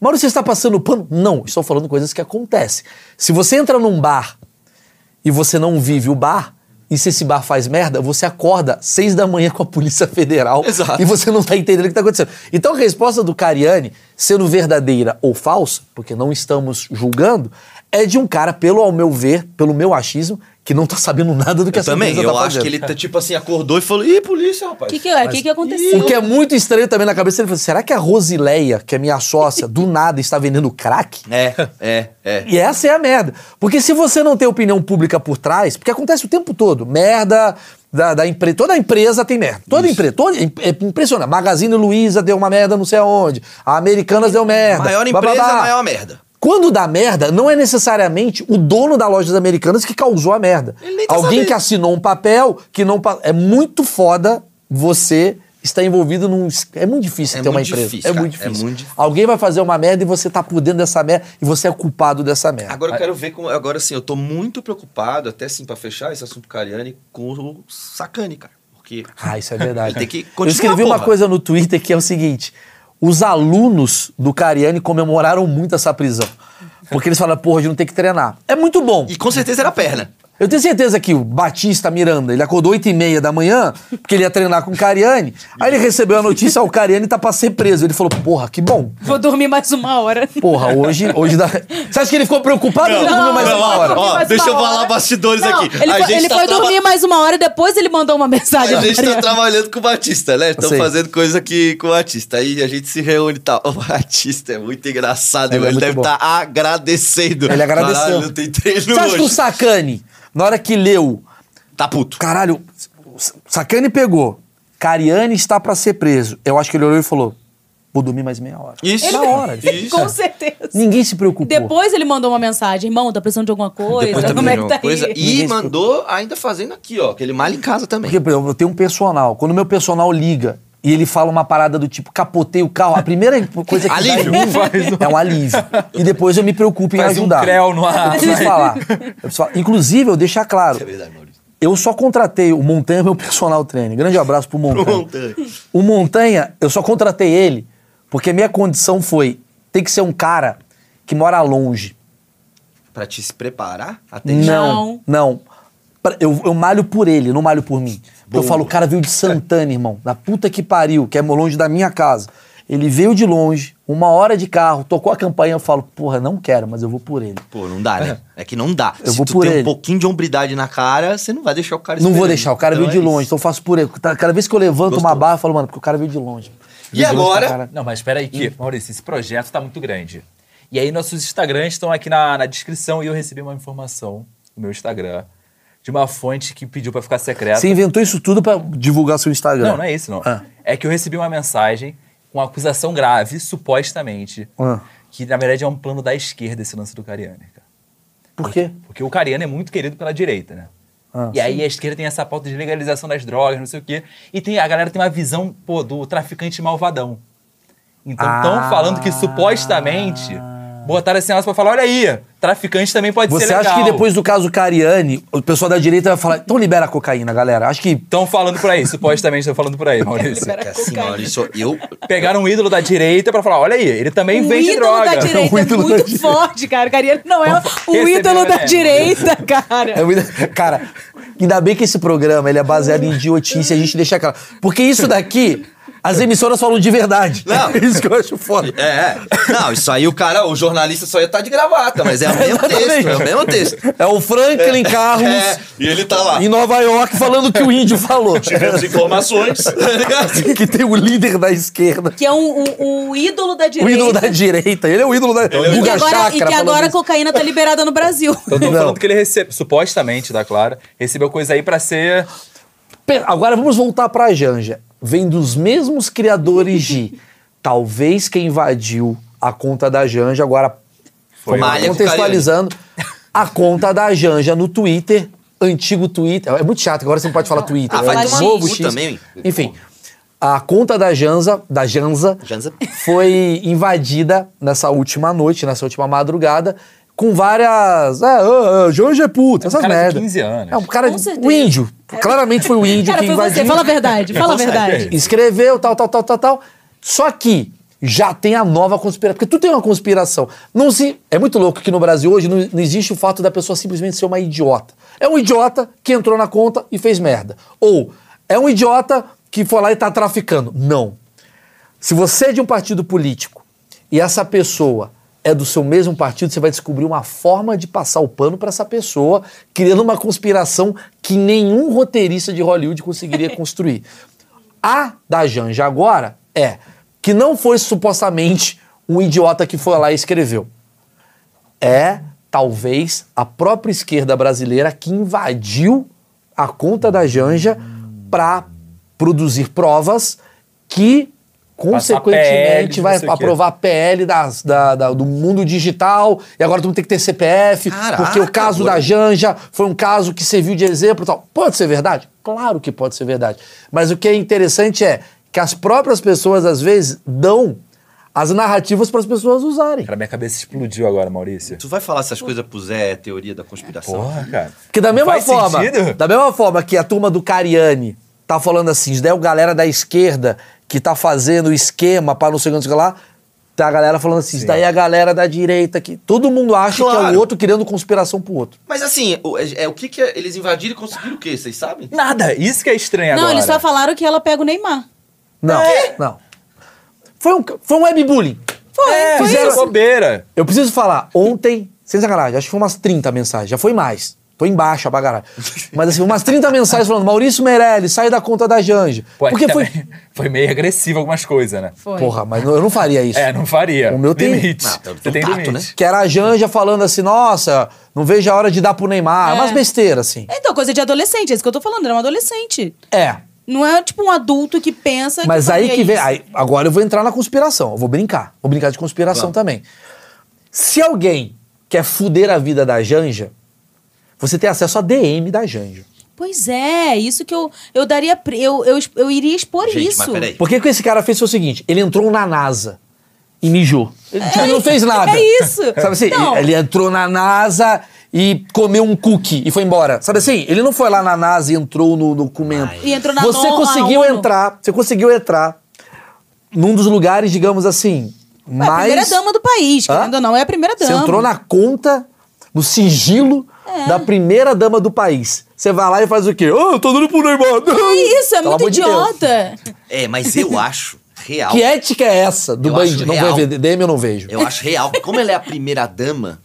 [SPEAKER 1] Maurício, você está passando pano? Não, estou falando coisas que acontecem. Se você entra num bar e você não vive o bar, e se esse bar faz merda, você acorda seis da manhã com a Polícia Federal
[SPEAKER 5] Exato.
[SPEAKER 1] e você não está entendendo o que está acontecendo. Então a resposta do Cariani, sendo verdadeira ou falsa, porque não estamos julgando, é de um cara, pelo ao meu ver, pelo meu achismo, que não está sabendo nada do que
[SPEAKER 5] Eu
[SPEAKER 1] essa
[SPEAKER 5] também.
[SPEAKER 1] empresa
[SPEAKER 5] Eu
[SPEAKER 1] tá
[SPEAKER 5] acho
[SPEAKER 1] fazendo.
[SPEAKER 5] que ele, tá, tipo assim, acordou e falou: ih, polícia, rapaz.
[SPEAKER 3] O que, que, é? que, que aconteceu?
[SPEAKER 1] O que é muito estranho também na cabeça, ele falou: será que a Rosileia, que é minha sócia, do nada está vendendo crack?
[SPEAKER 5] É, é, é.
[SPEAKER 1] E essa é a merda. Porque se você não tem opinião pública por trás, porque acontece o tempo todo, merda da, da empresa. Toda empresa tem merda. Toda empresa. Toda, é impressionante. Magazine Luiza deu uma merda não sei aonde. A Americanas deu merda.
[SPEAKER 5] Maior empresa,
[SPEAKER 1] bababá.
[SPEAKER 5] maior merda.
[SPEAKER 1] Quando dá merda, não é necessariamente o dono da loja das Americanas que causou a merda.
[SPEAKER 5] Ele nem tá
[SPEAKER 1] Alguém
[SPEAKER 5] sabendo.
[SPEAKER 1] que assinou um papel que não. pa- É muito foda você estar envolvido num. es- É muito difícil
[SPEAKER 5] É
[SPEAKER 1] ter uma
[SPEAKER 5] muito
[SPEAKER 1] empresa.
[SPEAKER 5] difícil,
[SPEAKER 1] é,
[SPEAKER 5] cara.
[SPEAKER 1] muito
[SPEAKER 5] É
[SPEAKER 1] difícil.
[SPEAKER 5] muito difícil.
[SPEAKER 1] Alguém vai fazer uma merda e você tá por dentro dessa merda e você é culpado dessa merda.
[SPEAKER 5] Agora Ah, eu quero ver como. Agora assim, eu tô muito preocupado, até assim, pra fechar esse assunto Cariani, com o Sacani, cara. Porque.
[SPEAKER 1] Ah, isso é verdade.
[SPEAKER 5] Ele tem que
[SPEAKER 1] eu
[SPEAKER 5] continuar,
[SPEAKER 1] escrevi uma
[SPEAKER 5] porra.
[SPEAKER 1] coisa no Twitter que é o seguinte: os alunos do Cariani comemoraram muito essa prisão. Porque eles falaram, porra, de não ter que treinar. É muito bom.
[SPEAKER 5] E com certeza era a perna.
[SPEAKER 1] Eu tenho certeza que o Batista Miranda, ele acordou 8 e meia da manhã, porque ele ia treinar com o Cariani. Aí ele recebeu a notícia, ó, o Cariani tá pra ser preso. Ele falou, porra, que bom.
[SPEAKER 3] Vou dormir mais uma hora.
[SPEAKER 1] Porra, hoje, hoje dá... Você acha que ele ficou preocupado? Não, dormiu mais
[SPEAKER 3] não,
[SPEAKER 1] uma
[SPEAKER 3] não,
[SPEAKER 1] hora.
[SPEAKER 3] dormi
[SPEAKER 5] Ó,
[SPEAKER 3] mais
[SPEAKER 5] deixa
[SPEAKER 3] uma
[SPEAKER 5] eu falar
[SPEAKER 3] hora.
[SPEAKER 5] bastidores
[SPEAKER 3] Não,
[SPEAKER 5] aqui.
[SPEAKER 3] Ele
[SPEAKER 5] A
[SPEAKER 3] foi,
[SPEAKER 5] gente
[SPEAKER 3] ele
[SPEAKER 5] tá
[SPEAKER 3] foi
[SPEAKER 5] traba-
[SPEAKER 3] dormir mais uma hora, depois ele mandou uma mensagem.
[SPEAKER 5] A gente tá
[SPEAKER 3] pra Mariana.
[SPEAKER 5] trabalhando com o Batista, né? Estão
[SPEAKER 1] Sei.
[SPEAKER 5] fazendo coisa aqui com o Batista. Aí a gente se reúne e tal. O Batista é muito engraçado,
[SPEAKER 1] Ele é
[SPEAKER 5] ele,
[SPEAKER 1] muito
[SPEAKER 5] deve
[SPEAKER 1] bom.
[SPEAKER 5] estar agradecendo.
[SPEAKER 1] Ele agradeceu.
[SPEAKER 5] Caralho, tem treino
[SPEAKER 1] Você acha que o
[SPEAKER 5] hoje.
[SPEAKER 1] Sacani, na hora que leu,
[SPEAKER 5] Tá puto.
[SPEAKER 1] caralho, Sacani pegou, Cariani está pra ser preso. Eu acho que ele olhou e falou, vou dormir mais meia hora.
[SPEAKER 5] Isso.
[SPEAKER 1] Na hora.
[SPEAKER 5] Isso.
[SPEAKER 3] Com certeza.
[SPEAKER 1] Ninguém se preocupou.
[SPEAKER 3] Depois ele mandou uma mensagem, irmão, tá precisando de alguma coisa?
[SPEAKER 5] Depois
[SPEAKER 3] Como
[SPEAKER 5] também
[SPEAKER 3] é
[SPEAKER 5] de
[SPEAKER 3] que
[SPEAKER 5] uma
[SPEAKER 3] tá
[SPEAKER 5] coisa.
[SPEAKER 3] aí?
[SPEAKER 5] E mandou ainda fazendo aqui, ó. Que ele malha em casa também.
[SPEAKER 1] Porque, por exemplo, eu tenho um personal. Quando meu personal liga e ele fala uma parada do tipo, capotei o carro, a primeira coisa que
[SPEAKER 5] Alívio.
[SPEAKER 1] dá em mim
[SPEAKER 4] Faz um-
[SPEAKER 1] é um alívio. E depois eu me preocupo em
[SPEAKER 4] Faz um
[SPEAKER 1] ajudar.
[SPEAKER 4] creu no ar,
[SPEAKER 1] Eu preciso
[SPEAKER 4] vai.
[SPEAKER 1] falar. Eu preciso falar. Inclusive, eu deixar claro,
[SPEAKER 5] É verdade, Maurício.
[SPEAKER 1] eu só contratei o Montanha, meu personal trainer. Grande abraço pro Montanha.
[SPEAKER 5] Montanha.
[SPEAKER 1] O Montanha, eu só contratei ele porque a minha condição foi tem que ser um cara que mora longe.
[SPEAKER 5] Pra te se preparar até
[SPEAKER 1] Não, não. Pra- Eu, eu malho por ele, não malho por mim. Porque Eu
[SPEAKER 5] Boa.
[SPEAKER 1] falo, o cara veio de Santana, irmão. Da puta que pariu, que é longe da minha casa. Ele veio de longe, uma hora de carro, tocou a campainha, eu falo, porra, não quero, mas eu vou por ele.
[SPEAKER 5] Pô, não dá, né? É que não dá.
[SPEAKER 1] Eu
[SPEAKER 5] Se
[SPEAKER 1] vou
[SPEAKER 5] tu
[SPEAKER 1] por
[SPEAKER 5] tem
[SPEAKER 1] ele.
[SPEAKER 5] um pouquinho de hombridade na cara, você não vai deixar o cara
[SPEAKER 1] Não vou
[SPEAKER 5] esperando.
[SPEAKER 1] deixar, o cara
[SPEAKER 5] Então
[SPEAKER 1] veio de
[SPEAKER 5] é
[SPEAKER 1] longe,
[SPEAKER 5] isso.
[SPEAKER 1] então eu faço por ele. Tá- Cada vez que eu levanto uma
[SPEAKER 5] Gostou.
[SPEAKER 1] barra, eu falo, mano, porque o cara veio de longe.
[SPEAKER 2] E agora,
[SPEAKER 4] Não, mas espera aí
[SPEAKER 1] Hum.
[SPEAKER 4] que, Maurício, esse projeto tá muito grande. E aí nossos Instagrams estão aqui na, na descrição e eu recebi uma informação no meu Instagram de uma fonte que pediu pra ficar secreta.
[SPEAKER 1] Você inventou isso tudo pra divulgar seu Instagram.
[SPEAKER 4] É assim. Não, não é isso, não.
[SPEAKER 1] Ah.
[SPEAKER 4] É que eu recebi uma mensagem com acusação grave, supostamente,
[SPEAKER 1] Ah.
[SPEAKER 4] que na verdade é um plano da esquerda esse lance do Cariani, cara.
[SPEAKER 1] Por quê?
[SPEAKER 4] Porque o Cariano é muito querido pela direita, né?
[SPEAKER 1] Ah,
[SPEAKER 4] e aí a esquerda tem essa pauta de legalização das drogas, não sei o quê. E tem, a galera tem uma visão, pô, do traficante malvadão. Então estão
[SPEAKER 1] Ah.
[SPEAKER 4] falando que supostamente botaram esse negócio pra falar, olha aí, traficante também pode
[SPEAKER 1] Você
[SPEAKER 4] ser legal.
[SPEAKER 1] acha que depois do caso Cariani, o pessoal da direita vai falar, então libera a cocaína, galera. Acho que
[SPEAKER 4] Estão falando por aí, supostamente estão falando por aí, Maurício.
[SPEAKER 3] Libera
[SPEAKER 5] Assim,
[SPEAKER 3] cocaína.
[SPEAKER 5] Maurício, eu.
[SPEAKER 4] Pegaram um ídolo da direita pra falar, olha aí, ele também
[SPEAKER 3] O
[SPEAKER 4] vende
[SPEAKER 3] Um ídolo
[SPEAKER 4] droga.
[SPEAKER 3] da direita
[SPEAKER 1] O
[SPEAKER 3] é
[SPEAKER 1] ídolo da
[SPEAKER 3] muito
[SPEAKER 1] direita.
[SPEAKER 3] forte, cara. O Cariano não é o
[SPEAKER 4] Recebeu,
[SPEAKER 3] ídolo da
[SPEAKER 4] né?
[SPEAKER 3] direita, cara.
[SPEAKER 1] É muito- Cara, ainda bem que esse programa ele é baseado em idiotice, a gente deixa claro. Porque isso daqui, as emissoras falam de verdade.
[SPEAKER 5] Não.
[SPEAKER 1] É isso que eu acho foda.
[SPEAKER 5] É. Não, isso aí o cara, o jornalista só ia estar de gravata, mas é o mesmo texto, é o mesmo texto.
[SPEAKER 1] É o Franklin Carlos
[SPEAKER 5] É, e ele tá lá.
[SPEAKER 1] em Nova York falando o que o índio falou.
[SPEAKER 5] Tivemos informações, tá ligado?
[SPEAKER 1] que tem o líder da esquerda,
[SPEAKER 3] Que é um, um- um ídolo da direita.
[SPEAKER 1] o ídolo da direita. Ele é o ídolo da
[SPEAKER 5] é o
[SPEAKER 3] E que
[SPEAKER 1] Guga
[SPEAKER 3] agora, e
[SPEAKER 1] Chakra
[SPEAKER 3] que
[SPEAKER 1] falando
[SPEAKER 3] agora a
[SPEAKER 1] isso.
[SPEAKER 3] cocaína tá liberada no Brasil.
[SPEAKER 4] Então estão
[SPEAKER 1] Não.
[SPEAKER 4] falando que ele recebeu, supostamente, tá claro, recebeu coisa aí pra ser
[SPEAKER 1] Pe- Agora vamos voltar pra Janja. Vem dos mesmos criadores de Talvez quem invadiu a conta da Janja, agora
[SPEAKER 4] Foi
[SPEAKER 5] Malha com
[SPEAKER 1] contextualizando, a conta da Janja no Twitter, antigo Twitter. É muito chato, agora você não pode falar Twitter.
[SPEAKER 5] Ah,
[SPEAKER 1] é
[SPEAKER 5] vai
[SPEAKER 1] um
[SPEAKER 3] tomar no
[SPEAKER 1] novo
[SPEAKER 5] cu
[SPEAKER 1] X.
[SPEAKER 5] também.
[SPEAKER 1] Enfim, a conta da Janza, da Janza,
[SPEAKER 5] Janza.
[SPEAKER 1] foi invadida nessa última noite, nessa última madrugada, com várias. Ah, ah, ah, Janja é puta,
[SPEAKER 4] É um
[SPEAKER 1] essas
[SPEAKER 4] cara de
[SPEAKER 1] merda.
[SPEAKER 4] 15 anos.
[SPEAKER 1] É um cara.
[SPEAKER 3] Com certeza. É.
[SPEAKER 1] O índio. Claramente foi o índio
[SPEAKER 3] Cara,
[SPEAKER 1] que
[SPEAKER 3] foi
[SPEAKER 1] invadiu
[SPEAKER 3] você. Fala a verdade. Fala a verdade.
[SPEAKER 1] É escreveu, tal, tal, tal, tal, tal. Só que já tem a nova conspiração. Porque tu tem uma conspiração. Não se. É muito louco que no Brasil hoje não, não existe o fato da pessoa simplesmente ser uma idiota. É um idiota que entrou na conta e fez merda. Ou é um idiota que foi lá e tá traficando. Não. Se você é de um partido político e essa pessoa é do seu mesmo partido, você vai descobrir uma forma de passar o pano para essa pessoa, criando uma conspiração que nenhum roteirista de Hollywood conseguiria construir. A da Janja agora é que não foi supostamente um idiota que foi lá e escreveu. É, talvez, a própria esquerda brasileira que invadiu a conta da Janja para produzir provas que,
[SPEAKER 4] Passar
[SPEAKER 1] consequentemente,
[SPEAKER 4] PL,
[SPEAKER 1] vai
[SPEAKER 4] não sei o quê.
[SPEAKER 1] aprovar PL das- da- da- do mundo digital e agora todo mundo tem que ter CPF,
[SPEAKER 5] Caraca,
[SPEAKER 1] porque o caso da
[SPEAKER 5] doido.
[SPEAKER 1] Janja foi um caso que serviu de exemplo e tal. Pode ser verdade? Claro que pode ser verdade. Mas o que é interessante é que as próprias pessoas, às vezes, dão as narrativas para as pessoas usarem.
[SPEAKER 4] Cara, minha cabeça explodiu agora, Maurício.
[SPEAKER 5] Tu vai falar essas coisas pro Zé, teoria da conspiração.
[SPEAKER 4] Porra, cara.
[SPEAKER 1] Porque da
[SPEAKER 4] Não
[SPEAKER 1] mesma
[SPEAKER 4] faz
[SPEAKER 1] forma,
[SPEAKER 4] sentido?
[SPEAKER 1] da mesma forma que a turma do Cariani tá falando assim, isso daí é o galera da esquerda que tá fazendo esquema para não sei o que, não sei o que lá, tá a galera falando assim, isso daí é a galera da direita que todo mundo acha que é
[SPEAKER 5] Claro.
[SPEAKER 1] o outro criando conspiração pro outro.
[SPEAKER 5] Mas assim, o, é, é o que que é- eles invadiram e conseguiram o quê? Vocês sabem?
[SPEAKER 4] Nada, isso que é estranho
[SPEAKER 3] Não,
[SPEAKER 4] agora.
[SPEAKER 3] eles só falaram que ela pega o Neymar.
[SPEAKER 1] Não, não. Foi um foi um webbullying.
[SPEAKER 4] Foi, é,
[SPEAKER 1] foi
[SPEAKER 4] fizeram
[SPEAKER 1] isso.
[SPEAKER 4] bobeira.
[SPEAKER 1] assim. Eu preciso falar, ontem, sem sacanagem, acho que foi umas 30 mensagens, já foi mais. Tô embaixo pra caralho. Mas assim, umas 30 mensagens falando, Maurício Meirelles, sai da conta da Janja.
[SPEAKER 4] Pô, é que
[SPEAKER 1] Porque foi...
[SPEAKER 4] também Foi meio agressivo algumas coisas, né?
[SPEAKER 3] Foi.
[SPEAKER 1] Porra, mas eu não faria isso.
[SPEAKER 4] É, não faria.
[SPEAKER 1] O meu tem-
[SPEAKER 4] Limite.
[SPEAKER 5] Ah, tem
[SPEAKER 4] Você
[SPEAKER 5] um
[SPEAKER 4] tem
[SPEAKER 5] tato,
[SPEAKER 4] limite.
[SPEAKER 5] né?
[SPEAKER 1] Que era a Janja falando assim, nossa, não vejo a hora de dar pro Neymar. É. Umas besteiras, assim.
[SPEAKER 3] Então, coisa de adolescente. É isso que eu tô falando. Era um adolescente.
[SPEAKER 1] É.
[SPEAKER 3] Não é tipo um adulto que pensa.
[SPEAKER 1] Mas
[SPEAKER 3] faria
[SPEAKER 1] aí que vem.
[SPEAKER 3] isso.
[SPEAKER 1] aí- agora eu vou entrar na conspiração. Eu vou brincar. Vou brincar de conspiração também. Se alguém quer fuder a vida da Janja, você tem acesso a DM da Janja.
[SPEAKER 3] Pois é, isso que eu, eu daria. pre- Eu, eu, es- eu iria expor
[SPEAKER 5] Gente,
[SPEAKER 3] isso.
[SPEAKER 5] mas peraí.
[SPEAKER 1] Porque o que esse cara fez foi o seguinte: ele entrou na NASA e mijou. Ele, tipo, ele não fez nada.
[SPEAKER 3] é isso.
[SPEAKER 1] Sabe assim?
[SPEAKER 3] Então-
[SPEAKER 1] Ele entrou na NASA e comeu um cookie e foi embora. Sabe assim? Ele não foi lá na NASA e entrou no documento.
[SPEAKER 3] E entrou na
[SPEAKER 1] você
[SPEAKER 3] norma,
[SPEAKER 1] conseguiu
[SPEAKER 3] ONU.
[SPEAKER 1] entrar, você conseguiu entrar num dos lugares, digamos assim,
[SPEAKER 3] É a
[SPEAKER 1] mais
[SPEAKER 3] primeira dama do país,
[SPEAKER 1] Hã?
[SPEAKER 3] querendo ou não, é a primeira
[SPEAKER 1] você
[SPEAKER 3] dama. É.
[SPEAKER 1] entrou na conta, no sigilo da primeira dama do país. Você vai lá e faz o quê? Ah, eu tô dando pro Neymar.
[SPEAKER 3] Que isso, é
[SPEAKER 1] Pelo
[SPEAKER 3] muito
[SPEAKER 1] amor de Deus.
[SPEAKER 3] idiota.
[SPEAKER 5] É, mas eu acho real.
[SPEAKER 1] Que ética é essa do
[SPEAKER 5] Eu acho
[SPEAKER 1] bandido? Não
[SPEAKER 5] real.
[SPEAKER 1] vou ver DM, eu não vejo.
[SPEAKER 5] Eu acho real. Como ela é a primeira dama,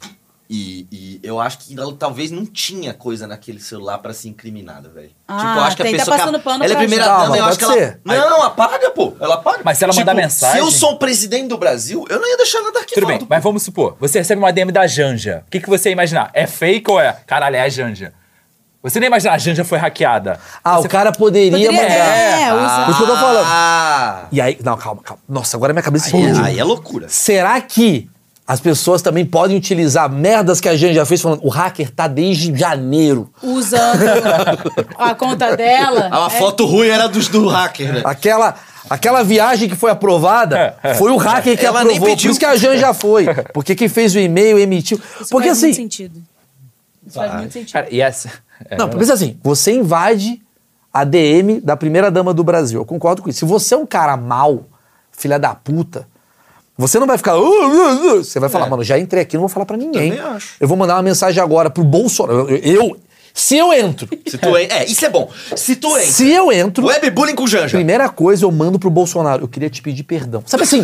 [SPEAKER 5] E, e eu acho que ela talvez não tinha coisa naquele celular pra ser incriminada, velho.
[SPEAKER 3] Ah,
[SPEAKER 5] tipo, eu acho que a
[SPEAKER 3] tem- tá
[SPEAKER 5] pessoa. que
[SPEAKER 3] passando
[SPEAKER 5] ela,
[SPEAKER 3] pano
[SPEAKER 5] ela é
[SPEAKER 3] pra
[SPEAKER 5] primeira
[SPEAKER 1] gente.
[SPEAKER 5] dama, eu
[SPEAKER 1] Calma,
[SPEAKER 5] acho que
[SPEAKER 1] pode
[SPEAKER 5] ela.
[SPEAKER 1] ser.
[SPEAKER 5] Não, apaga, pô. Ela apaga.
[SPEAKER 4] Mas se ela mandar mensagem-
[SPEAKER 5] Se eu sou o presidente do Brasil, eu não ia deixar nada
[SPEAKER 4] Tudo
[SPEAKER 5] arquivado.
[SPEAKER 4] bem, mas vamos supor, você recebe uma DM da Janja. O que, que você ia imaginar? É fake ou é? Caralho, é a Janja. Você nem imaginar a Janja foi hackeada.
[SPEAKER 1] Ah, o cara poderia,
[SPEAKER 3] Poderia-
[SPEAKER 1] mandar.
[SPEAKER 5] né?
[SPEAKER 3] é, usa-
[SPEAKER 1] Por isso que eu tô falando.
[SPEAKER 5] Ah,
[SPEAKER 1] E aí, não, calma, calma. Nossa, agora minha cabeça
[SPEAKER 5] aí,
[SPEAKER 1] explodiu.
[SPEAKER 5] aí é loucura.
[SPEAKER 1] Será que as pessoas também podem utilizar merdas que a Janja já fez falando? O hacker tá desde janeiro.
[SPEAKER 3] Usando a conta dela.
[SPEAKER 5] Ah, a
[SPEAKER 3] é-
[SPEAKER 5] foto ruim era dos do hacker, né?
[SPEAKER 1] Aquela, aquela viagem que foi aprovada foi o hacker que
[SPEAKER 5] É, Ela nem
[SPEAKER 1] aprovou. Por
[SPEAKER 5] pediu.
[SPEAKER 1] isso que a Janja já foi. Porque quem fez o e-mail emitiu.
[SPEAKER 3] Isso
[SPEAKER 1] porque
[SPEAKER 3] faz muito
[SPEAKER 1] assim.
[SPEAKER 3] sentido. Isso faz muito sentido.
[SPEAKER 4] Cara, e essa. é,
[SPEAKER 1] Não, pensa assim, você invade a DM da primeira dama do Brasil. Eu concordo com isso. Se você é um cara mal, filha da puta, você não vai ficar. "Uh, uh, uh", Você vai falar, mano, já entrei aqui, não vou falar pra ninguém.
[SPEAKER 5] É. Também acho.
[SPEAKER 1] Eu vou mandar uma mensagem agora pro Bolsonaro. Eu. eu- se eu entro.
[SPEAKER 5] Se tu en- é, isso é bom. Se tu entra.
[SPEAKER 1] se eu entro.
[SPEAKER 5] Webbullying com Janja.
[SPEAKER 1] Primeira coisa, eu mando pro Bolsonaro. Eu queria te pedir perdão. Sabe assim?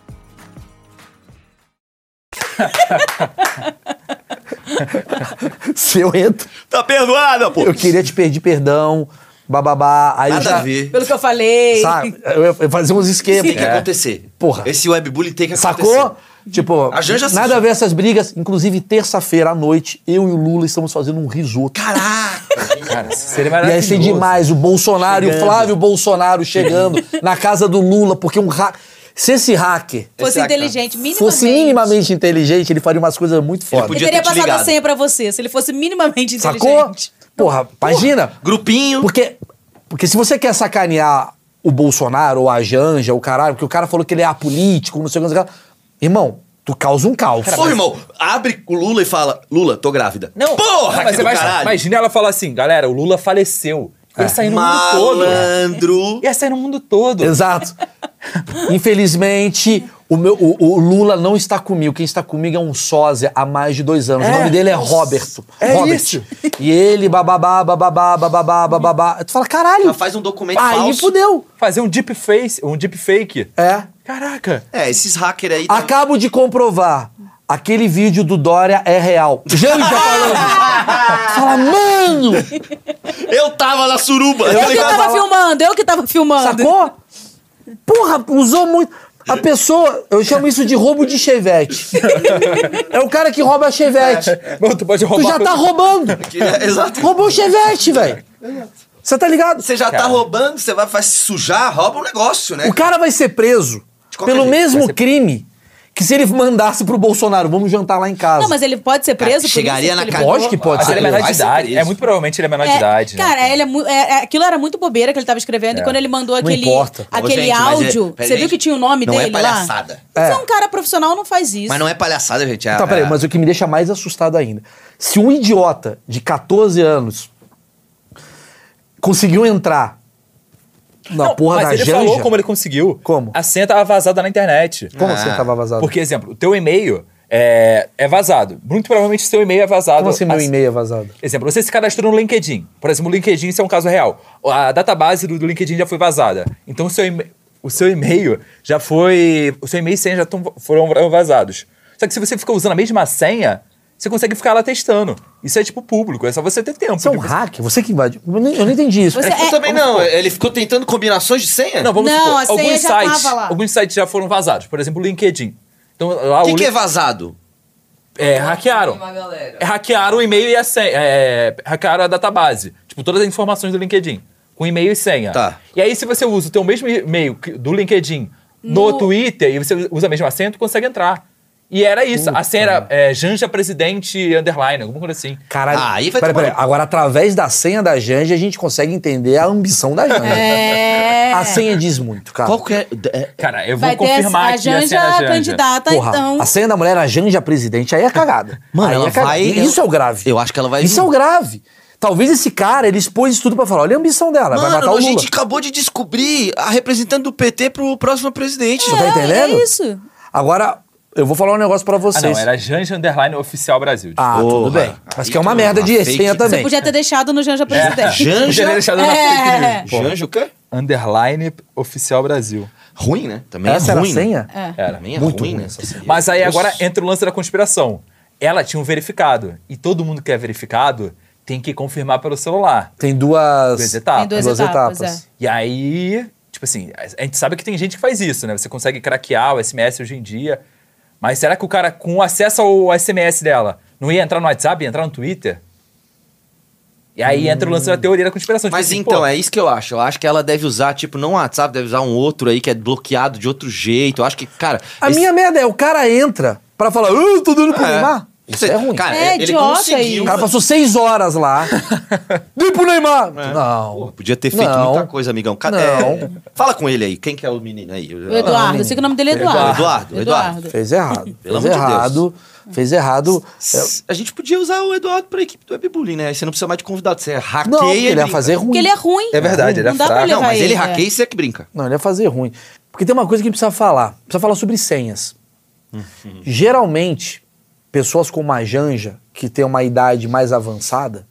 [SPEAKER 1] se eu entro,
[SPEAKER 5] Tá perdoada, pô.
[SPEAKER 1] eu queria te pedir perdão. Bababá. Aí eu
[SPEAKER 5] Nada
[SPEAKER 1] já.
[SPEAKER 5] a ver.
[SPEAKER 3] Pelo que eu falei.
[SPEAKER 1] Sabe? Eu ia fazer uns esquemas. É.
[SPEAKER 5] Tem que acontecer.
[SPEAKER 1] Porra.
[SPEAKER 5] Esse webbullying tem que acontecer.
[SPEAKER 1] Sacou? Tipo,
[SPEAKER 5] A Janja
[SPEAKER 1] nada
[SPEAKER 5] assistiu.
[SPEAKER 1] a ver essas brigas. Inclusive, terça-feira à noite, eu e o Lula estamos fazendo um risoto.
[SPEAKER 4] Cara, seria
[SPEAKER 1] E
[SPEAKER 4] maravilhoso.
[SPEAKER 1] aí ser demais, o Bolsonaro, e o Flávio Bolsonaro chegando na casa do Lula, porque um hack. Se esse hacker
[SPEAKER 3] Fosse
[SPEAKER 5] Esse
[SPEAKER 3] inteligente, minimamente.
[SPEAKER 1] fosse minimamente inteligente, ele faria umas coisas muito foda.
[SPEAKER 5] podia-
[SPEAKER 3] Ele teria
[SPEAKER 5] ter te
[SPEAKER 3] passado a
[SPEAKER 5] ligado.
[SPEAKER 3] senha pra você, se ele fosse minimamente
[SPEAKER 1] Sacou?
[SPEAKER 3] inteligente.
[SPEAKER 1] Porra, imagina.
[SPEAKER 5] Grupinho.
[SPEAKER 1] Porque, porque se você quer sacanear o Bolsonaro ou a Janja, o caralho, porque o cara falou que ele é apolítico, não sei o que, não sei o que lá. Irmão, tu causa um caos.
[SPEAKER 5] Ô, irmão, abre o Lula e fala: Lula, tô grávida.
[SPEAKER 4] Não,
[SPEAKER 5] Porra,
[SPEAKER 4] não, mas
[SPEAKER 5] que
[SPEAKER 4] você
[SPEAKER 5] do
[SPEAKER 4] vai-
[SPEAKER 5] caralho.
[SPEAKER 4] imagina ela falar assim, galera, o Lula faleceu.
[SPEAKER 1] É.
[SPEAKER 4] Ia sair no mundo todo. né?
[SPEAKER 5] Malandro.
[SPEAKER 4] Ia sair no mundo todo.
[SPEAKER 1] Exato. Infelizmente, o, meu, o, o Lula não está comigo. Quem está comigo é um sósia há mais de dois anos. O nome dele é Roberto.
[SPEAKER 4] É
[SPEAKER 1] Robert.
[SPEAKER 4] isso.
[SPEAKER 1] E ele, bababá, bababá, bababá, bababá. Tu fala, caralho.
[SPEAKER 5] Ela faz um documento
[SPEAKER 1] Aí
[SPEAKER 5] falso.
[SPEAKER 1] fudeu.
[SPEAKER 4] Fazer um deep face, um deep fake.
[SPEAKER 1] É.
[SPEAKER 4] Caraca.
[SPEAKER 5] É, esses hackers aí. tá-
[SPEAKER 1] Acabo de comprovar. Aquele vídeo do Dória é real. Janja falando. Fala, mano,
[SPEAKER 5] Eu tava na suruba. tá
[SPEAKER 3] Eu que tava filmando, eu que tava filmando.
[SPEAKER 1] sacou? Porra, usou muito. A pessoa, eu chamo isso de roubo de chevette. É o cara que rouba a chevette.
[SPEAKER 4] Mano, tu pode
[SPEAKER 1] Tu
[SPEAKER 4] roubar.
[SPEAKER 1] já tá roubando.
[SPEAKER 5] É, Exato.
[SPEAKER 1] Roubou o Chevette, velho. Você tá ligado?
[SPEAKER 5] Você já tá roubando, você vai, vai se sujar, rouba um negócio, né?
[SPEAKER 1] O cara vai ser preso
[SPEAKER 5] qualquer
[SPEAKER 1] pelo
[SPEAKER 5] jeito,
[SPEAKER 1] mesmo
[SPEAKER 4] vai ser-
[SPEAKER 1] crime que se ele mandasse pro Bolsonaro, vamos jantar lá em casa.
[SPEAKER 3] Não, mas ele pode ser é preso por isso,
[SPEAKER 5] chegaria na
[SPEAKER 3] ele
[SPEAKER 5] cadeia.
[SPEAKER 1] Lógico que pode
[SPEAKER 4] Mas
[SPEAKER 1] ser
[SPEAKER 4] ele é menor de
[SPEAKER 5] Vai ser
[SPEAKER 4] idade.
[SPEAKER 5] preso.
[SPEAKER 4] É muito provavelmente ele é menor de
[SPEAKER 3] É,
[SPEAKER 4] idade. né? É.
[SPEAKER 3] Cara, ele é, mu- é- é- aquilo era muito bobeira que ele tava escrevendo. E quando ele mandou aquele,
[SPEAKER 1] importa. Ô,
[SPEAKER 3] aquele
[SPEAKER 5] gente, mas é-
[SPEAKER 3] áudio,
[SPEAKER 5] peraí,
[SPEAKER 3] você viu
[SPEAKER 5] gente,
[SPEAKER 3] que tinha o nome
[SPEAKER 5] não é
[SPEAKER 3] dele
[SPEAKER 5] palhaçada.
[SPEAKER 3] lá? Você é um cara profissional, não faz isso.
[SPEAKER 5] Mas não é palhaçada, gente. É,
[SPEAKER 1] Tá, peraí,
[SPEAKER 5] é-
[SPEAKER 1] mas o que me deixa mais assustado ainda. Se um idiota de 14 anos conseguiu entrar na
[SPEAKER 4] Não,
[SPEAKER 1] porra
[SPEAKER 4] mas
[SPEAKER 1] da
[SPEAKER 4] ele
[SPEAKER 1] Janja...
[SPEAKER 4] falou como ele conseguiu.
[SPEAKER 1] Como?
[SPEAKER 4] A senha tava vazada na internet.
[SPEAKER 1] Como assim tava vazado?
[SPEAKER 4] Ah, Porque, exemplo, o teu e-mail é, é vazado. Muito provavelmente o seu e-mail é vazado.
[SPEAKER 1] Como assim meu
[SPEAKER 4] As-
[SPEAKER 1] e-mail é vazado?
[SPEAKER 4] Exemplo, você se cadastrou no LinkedIn. Por exemplo, o LinkedIn, isso é um caso real. A database do, do LinkedIn já foi vazada. Então, o seu, e- o seu e-mail já foi... O seu e-mail e senha já tão- foram vazados. Só que se você ficar usando a mesma senha, você consegue ficar lá testando. Isso é, tipo, público. É só você ter tempo.
[SPEAKER 1] Você é um
[SPEAKER 4] de-
[SPEAKER 1] hack? Você que invadiu? Eu nem, eu não entendi isso.
[SPEAKER 3] Você
[SPEAKER 5] Eu
[SPEAKER 3] é-
[SPEAKER 5] também não. Ele ficou tentando combinações de senha?
[SPEAKER 4] Não, vamos
[SPEAKER 3] Não,
[SPEAKER 4] supor,
[SPEAKER 3] a senha
[SPEAKER 4] alguns
[SPEAKER 3] já
[SPEAKER 4] sites,
[SPEAKER 3] tava lá.
[SPEAKER 4] alguns sites já foram vazados. Por exemplo, o LinkedIn. Então, lá
[SPEAKER 5] O
[SPEAKER 4] o
[SPEAKER 5] que, que
[SPEAKER 4] link-
[SPEAKER 5] é vazado?
[SPEAKER 4] É, hackearam. É, hackearam o e-mail e a senha. É, hackearam a database. Tipo, todas as informações do LinkedIn. Com e-mail e senha.
[SPEAKER 5] Tá.
[SPEAKER 4] E aí, se você usa o teu mesmo e-mail que- do LinkedIn no,
[SPEAKER 3] No-
[SPEAKER 4] Twitter, e você usa a mesma senha, tu consegue entrar. E era isso. A senha era é, Janja Presidente Underline, alguma coisa assim.
[SPEAKER 1] Caralho.
[SPEAKER 5] Ah, aí vai
[SPEAKER 1] peraí,
[SPEAKER 5] tomar
[SPEAKER 1] peraí.
[SPEAKER 5] no cu.
[SPEAKER 1] Agora, através da senha da Janja, a gente consegue entender a ambição da Janja.
[SPEAKER 3] É.
[SPEAKER 1] A senha diz muito, cara.
[SPEAKER 5] Qual que é? é-
[SPEAKER 4] Cara, eu Assim, vou
[SPEAKER 3] Vai ter a,
[SPEAKER 4] confirmar
[SPEAKER 3] a
[SPEAKER 4] aqui a senha da
[SPEAKER 3] Janja
[SPEAKER 4] Janja.
[SPEAKER 3] candidata,
[SPEAKER 1] Porra,
[SPEAKER 3] então.
[SPEAKER 5] assim,
[SPEAKER 1] a senha da mulher, a Janja presidente, aí é cagada.
[SPEAKER 5] Mano,
[SPEAKER 1] Aí
[SPEAKER 5] ela
[SPEAKER 1] é cagada.
[SPEAKER 5] vai-
[SPEAKER 1] Isso é o grave.
[SPEAKER 5] Eu acho que ela vai
[SPEAKER 1] Isso
[SPEAKER 5] vir.
[SPEAKER 1] é o grave. Talvez esse cara, ele expôs isso tudo pra falar, olha a ambição dela, vai matar
[SPEAKER 5] Mano,
[SPEAKER 1] o
[SPEAKER 5] a
[SPEAKER 1] Lula.
[SPEAKER 5] gente acabou de descobrir a representante do PT pro próximo presidente.
[SPEAKER 1] Você tá entendendo?
[SPEAKER 3] é isso.
[SPEAKER 1] Agora, eu vou falar um negócio pra
[SPEAKER 4] Ah,
[SPEAKER 1] vocês.
[SPEAKER 4] não, era Janja Underline Oficial Brasil.
[SPEAKER 1] Ah, tudo
[SPEAKER 5] Porra.
[SPEAKER 1] bem. Mas que é uma
[SPEAKER 5] Aí,
[SPEAKER 1] merda de
[SPEAKER 5] uma fake-
[SPEAKER 1] senha
[SPEAKER 5] Você
[SPEAKER 1] também.
[SPEAKER 3] Podia ter deixado no
[SPEAKER 4] É.
[SPEAKER 3] Janja Presidente.
[SPEAKER 4] Podia ter deixado na fake news.
[SPEAKER 3] Ah, É.
[SPEAKER 5] Janjo o quê?
[SPEAKER 4] Underline Oficial Brasil.
[SPEAKER 5] Ruim, né? Também
[SPEAKER 1] Essa
[SPEAKER 5] é
[SPEAKER 1] era a
[SPEAKER 5] ruim. né?
[SPEAKER 1] senha?
[SPEAKER 4] Era.
[SPEAKER 5] Também é
[SPEAKER 1] Muito
[SPEAKER 5] ruim,
[SPEAKER 1] ruim
[SPEAKER 5] né? essa senha.
[SPEAKER 4] Mas aí
[SPEAKER 5] Eu
[SPEAKER 4] agora entra o lance da conspiração. Ela tinha um verificado. E todo mundo que é verificado tem que confirmar pelo celular.
[SPEAKER 1] Tem duas...
[SPEAKER 4] Duas etapas.
[SPEAKER 3] Tem duas,
[SPEAKER 1] Duas
[SPEAKER 3] etapas. é.
[SPEAKER 1] etapas.
[SPEAKER 4] E aí, tipo assim, a gente sabe que tem gente que faz isso, né? Você consegue craquear o SMS hoje em dia. Mas será que o cara com acesso ao SMS dela não ia entrar no WhatsApp, ia entrar no Twitter? E aí entra o lance da teoria da conspiração. Tipo
[SPEAKER 5] Mas
[SPEAKER 4] assim,
[SPEAKER 5] então,
[SPEAKER 4] pô,
[SPEAKER 5] é isso que eu acho. Eu acho que ela deve usar, tipo, não o WhatsApp, deve usar um outro aí que é bloqueado de outro jeito. Eu acho que, cara.
[SPEAKER 1] A
[SPEAKER 5] esse-
[SPEAKER 1] minha merda é, o cara entra pra falar, "Ah, eu tô dando pro
[SPEAKER 5] É.
[SPEAKER 1] Neymar. Isso é ruim.
[SPEAKER 5] Cara,
[SPEAKER 3] É,
[SPEAKER 5] ele
[SPEAKER 3] idiota
[SPEAKER 5] conseguiu.
[SPEAKER 1] O cara passou seis horas lá. Dei pro Neymar! Não.
[SPEAKER 5] Pô, podia ter feito
[SPEAKER 1] Não.
[SPEAKER 5] muita coisa, amigão. Cadê?
[SPEAKER 1] Não.
[SPEAKER 5] Fala com ele aí. Quem que é o menino aí?
[SPEAKER 3] O Eduardo, eu sei que o nome dele é Eduardo.
[SPEAKER 5] Eduardo, Eduardo.
[SPEAKER 1] Fez errado.
[SPEAKER 5] Pelo
[SPEAKER 1] fez
[SPEAKER 5] amor de
[SPEAKER 1] errado. Fez errado. É,
[SPEAKER 5] Ah, A gente podia usar o Eduardo pra equipe do Webbullying, né? Aí você não precisa mais de convidado. Você hackeia.
[SPEAKER 1] Não, porque
[SPEAKER 5] e
[SPEAKER 1] ele ia
[SPEAKER 5] brinca.
[SPEAKER 1] fazer ruim.
[SPEAKER 3] Porque ele é ruim.
[SPEAKER 4] É verdade, ele é
[SPEAKER 3] Não dá pra
[SPEAKER 4] fraco.
[SPEAKER 3] levar
[SPEAKER 5] Não, mas ele
[SPEAKER 3] é.
[SPEAKER 5] hackeia e você que brinca.
[SPEAKER 1] Não, ele ia fazer ruim. Porque tem uma coisa que precisa falar. Precisa falar sobre senhas. Uhum. Geralmente, pessoas como a Janja, que tem uma idade mais avançada...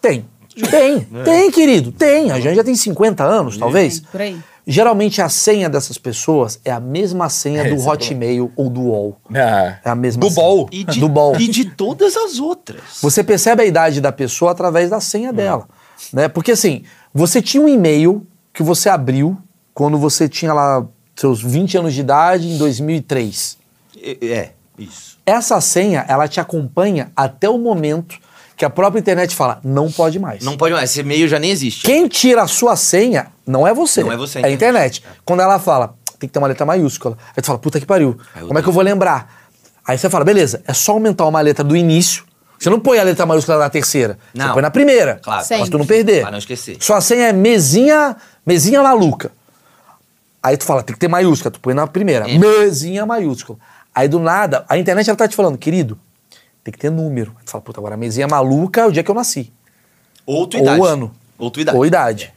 [SPEAKER 1] Tem. Tem. Tem, querido. Tem. A Janja tem 50 anos, talvez.
[SPEAKER 3] Por aí.
[SPEAKER 1] Geralmente, a senha dessas pessoas é a mesma senha do Hotmail ou do UOL.
[SPEAKER 4] é,
[SPEAKER 1] É a mesma
[SPEAKER 4] Do
[SPEAKER 1] senha.
[SPEAKER 4] bol.
[SPEAKER 5] E de,
[SPEAKER 1] Do bol.
[SPEAKER 5] E de todas as outras.
[SPEAKER 1] Você percebe a idade da pessoa através da senha dela. Né? Porque assim, você tinha um e-mail que você abriu quando você tinha lá seus 20 anos de idade, em 2003.
[SPEAKER 5] É, é, isso.
[SPEAKER 1] Essa senha, ela te acompanha até o momento que a própria internet fala, não pode mais.
[SPEAKER 5] Não pode mais. Esse e-mail já nem existe.
[SPEAKER 1] Quem tira a sua senha não é você.
[SPEAKER 5] Não é você,
[SPEAKER 1] É a internet. Quando ela fala, tem que ter uma letra maiúscula. Aí tu fala, puta que pariu.
[SPEAKER 5] Aí eu
[SPEAKER 1] Como é que eu vou lembrar? Aí você fala, beleza, é só aumentar uma letra do início. Você não põe a letra maiúscula na terceira. Você
[SPEAKER 5] Não.
[SPEAKER 1] põe na primeira.
[SPEAKER 5] Claro.
[SPEAKER 1] Pra tu não
[SPEAKER 3] Sempre.
[SPEAKER 1] perder.
[SPEAKER 5] Pra não esquecer.
[SPEAKER 1] Sua senha é mesinha, mesinha maluca. Aí tu fala, tem que ter maiúscula. Tu põe na primeira.
[SPEAKER 5] É.
[SPEAKER 1] Mesinha maiúscula. Aí do nada, a internet ela tá te falando, querido, tem que ter número. Aí tu fala, puta, agora mesinha maluca é o dia que eu nasci.
[SPEAKER 5] Outra
[SPEAKER 1] Ou
[SPEAKER 5] idade.
[SPEAKER 1] o ano.
[SPEAKER 5] Outra idade.
[SPEAKER 1] Ou idade.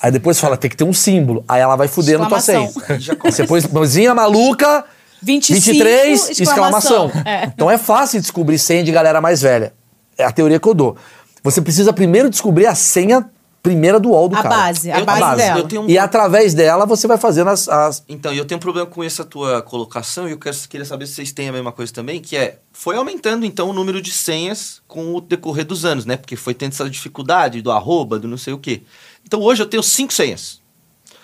[SPEAKER 1] Aí depois fala, tem que ter um símbolo. Aí ela vai fuder na tua senha.
[SPEAKER 3] Exclamação.
[SPEAKER 5] Já
[SPEAKER 1] Você põe mãozinha maluca,
[SPEAKER 3] 25,
[SPEAKER 1] 23, exclamação.
[SPEAKER 3] exclamação. É.
[SPEAKER 1] Então é fácil descobrir senha de galera mais velha. É a teoria que eu dou. Você precisa primeiro descobrir a senha primeira do UOL do
[SPEAKER 3] A
[SPEAKER 1] cara.
[SPEAKER 3] base, a
[SPEAKER 5] Eu-
[SPEAKER 3] base
[SPEAKER 5] eu
[SPEAKER 3] dela.
[SPEAKER 5] tenho um-
[SPEAKER 1] E através dela você vai fazendo as... as-
[SPEAKER 5] Então, eu tenho um problema com essa tua colocação e eu quero, queria saber se vocês têm a mesma coisa também, que é, foi aumentando então o número de senhas com o decorrer dos anos, né? Porque foi tendo essa dificuldade do arroba, do não sei o quê. Então, hoje eu tenho cinco senhas.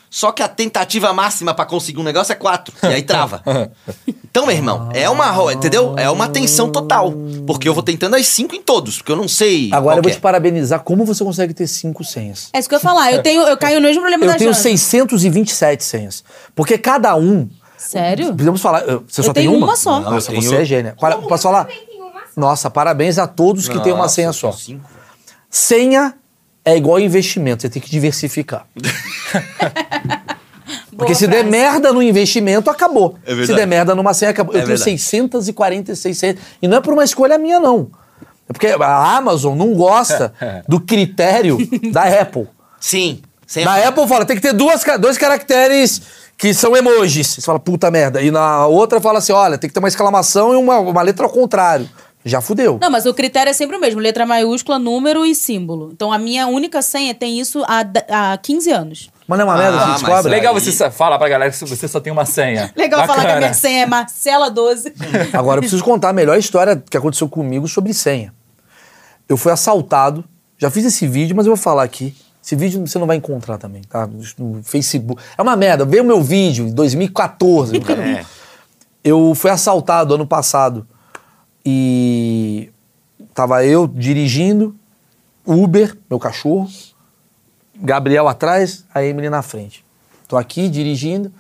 [SPEAKER 5] Só que a tentativa máxima pra conseguir um negócio é quatro, e aí trava. Então, meu irmão, é uma, ro- entendeu? É uma tensão total, porque eu vou tentando as cinco em todos, porque eu não sei
[SPEAKER 1] Agora eu
[SPEAKER 5] qual que é.
[SPEAKER 1] vou te parabenizar como você consegue ter cinco senhas.
[SPEAKER 3] É isso que eu ia falar. Eu, tenho, eu caio no mesmo problema
[SPEAKER 1] Eu
[SPEAKER 3] da
[SPEAKER 1] tenho
[SPEAKER 3] Janja.
[SPEAKER 1] 627 senhas. Porque cada um...
[SPEAKER 3] Sério?
[SPEAKER 1] Podemos falar... eu- Você
[SPEAKER 3] Eu
[SPEAKER 1] só tem
[SPEAKER 3] tenho
[SPEAKER 1] uma?
[SPEAKER 3] uma só.
[SPEAKER 5] Não, eu
[SPEAKER 1] Nossa,
[SPEAKER 5] tenho-
[SPEAKER 1] você é gênia. Para- posso falar? Nossa, parabéns a todos que têm uma
[SPEAKER 5] Nossa,
[SPEAKER 1] senha
[SPEAKER 5] eu
[SPEAKER 1] só.
[SPEAKER 5] tenho cinco.
[SPEAKER 1] Senha é igual investimento, você tem que diversificar. Porque
[SPEAKER 3] Boa
[SPEAKER 1] se der
[SPEAKER 3] frase.
[SPEAKER 1] merda no investimento, acabou.
[SPEAKER 5] É verdade.
[SPEAKER 1] se der merda numa senha, acabou.
[SPEAKER 5] É
[SPEAKER 1] Eu tenho
[SPEAKER 5] verdade.
[SPEAKER 1] 646 senhas. E não é por uma escolha minha, não. É porque a Amazon não gosta do critério da Apple.
[SPEAKER 5] Sim, senha
[SPEAKER 1] Na Apple fala, tem que ter duas, ca- dois caracteres que são emojis. Você fala, puta merda. E na outra fala assim, olha, tem que ter uma exclamação e uma, uma letra ao contrário. Já fudeu.
[SPEAKER 3] Não, mas o critério é sempre o mesmo: letra maiúscula, número e símbolo. Então a minha única senha tem isso há, d- há 15 anos.
[SPEAKER 1] Mas não é uma merda,
[SPEAKER 5] Ah,
[SPEAKER 1] você
[SPEAKER 5] mas
[SPEAKER 1] descobre.
[SPEAKER 4] Legal
[SPEAKER 5] Aí-
[SPEAKER 4] você sa- falar pra galera que você só tem uma senha.
[SPEAKER 3] Legal falar que a
[SPEAKER 4] Bacana.
[SPEAKER 3] minha senha é Marcela12.
[SPEAKER 1] Agora eu preciso contar a melhor história que aconteceu comigo sobre senha. Eu fui assaltado, já fiz esse vídeo, mas eu vou falar aqui. Esse vídeo você não vai encontrar também, tá? No Facebook. É uma merda. Vê o meu vídeo, 2014. cara.
[SPEAKER 5] É.
[SPEAKER 1] Eu fui assaltado ano passado e tava eu dirigindo Uber, meu cachorro, Gabriel atrás, a Emily na frente. Tô aqui dirigindo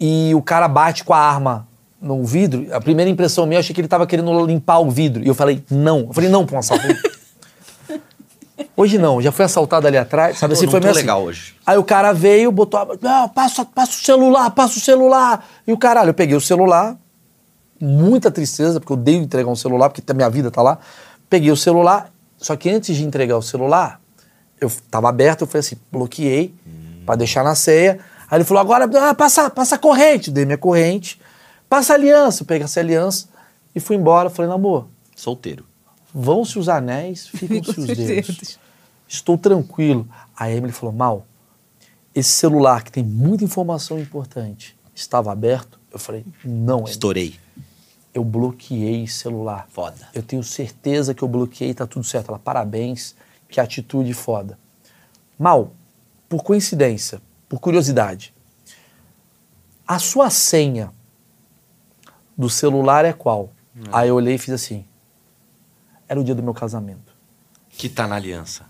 [SPEAKER 1] e o cara bate com a arma no vidro. A primeira impressão minha, eu achei que ele tava querendo limpar o vidro. E eu falei, não. Eu falei, não, Ponsal. Hoje não, já fui assaltado ali atrás, sabe assim,
[SPEAKER 5] não
[SPEAKER 1] foi
[SPEAKER 5] tô
[SPEAKER 1] meio assim.
[SPEAKER 5] legal hoje.
[SPEAKER 1] Aí o cara veio, botou a... Não, passa, passa o celular, passa o celular. E o caralho, eu peguei o celular, muita tristeza, porque eu odeio entregar um celular, porque a minha vida tá lá. Peguei o celular, só que antes de entregar o celular, eu f- tava aberto, eu falei assim, bloqueei pra deixar na ceia. Aí ele falou, agora ah, passa, passa a corrente. Dei minha corrente, passa a aliança. Eu peguei essa aliança e fui embora. Falei, amor,
[SPEAKER 5] Solteiro.
[SPEAKER 1] vão-se os anéis, ficam-se os dedos. Estou tranquilo. A Emily falou, mal, esse celular que tem muita informação importante estava aberto? Eu falei, não, Emily
[SPEAKER 5] Estourei.
[SPEAKER 1] eu bloqueei celular.
[SPEAKER 5] Foda.
[SPEAKER 1] Eu tenho certeza que eu bloqueei, tá tudo certo. Ela, parabéns, que atitude foda. Mal, por coincidência, por curiosidade, a sua senha do celular é qual?
[SPEAKER 5] Hum.
[SPEAKER 1] Aí eu olhei e fiz assim. Era o dia do meu casamento.
[SPEAKER 5] Que tá na aliança.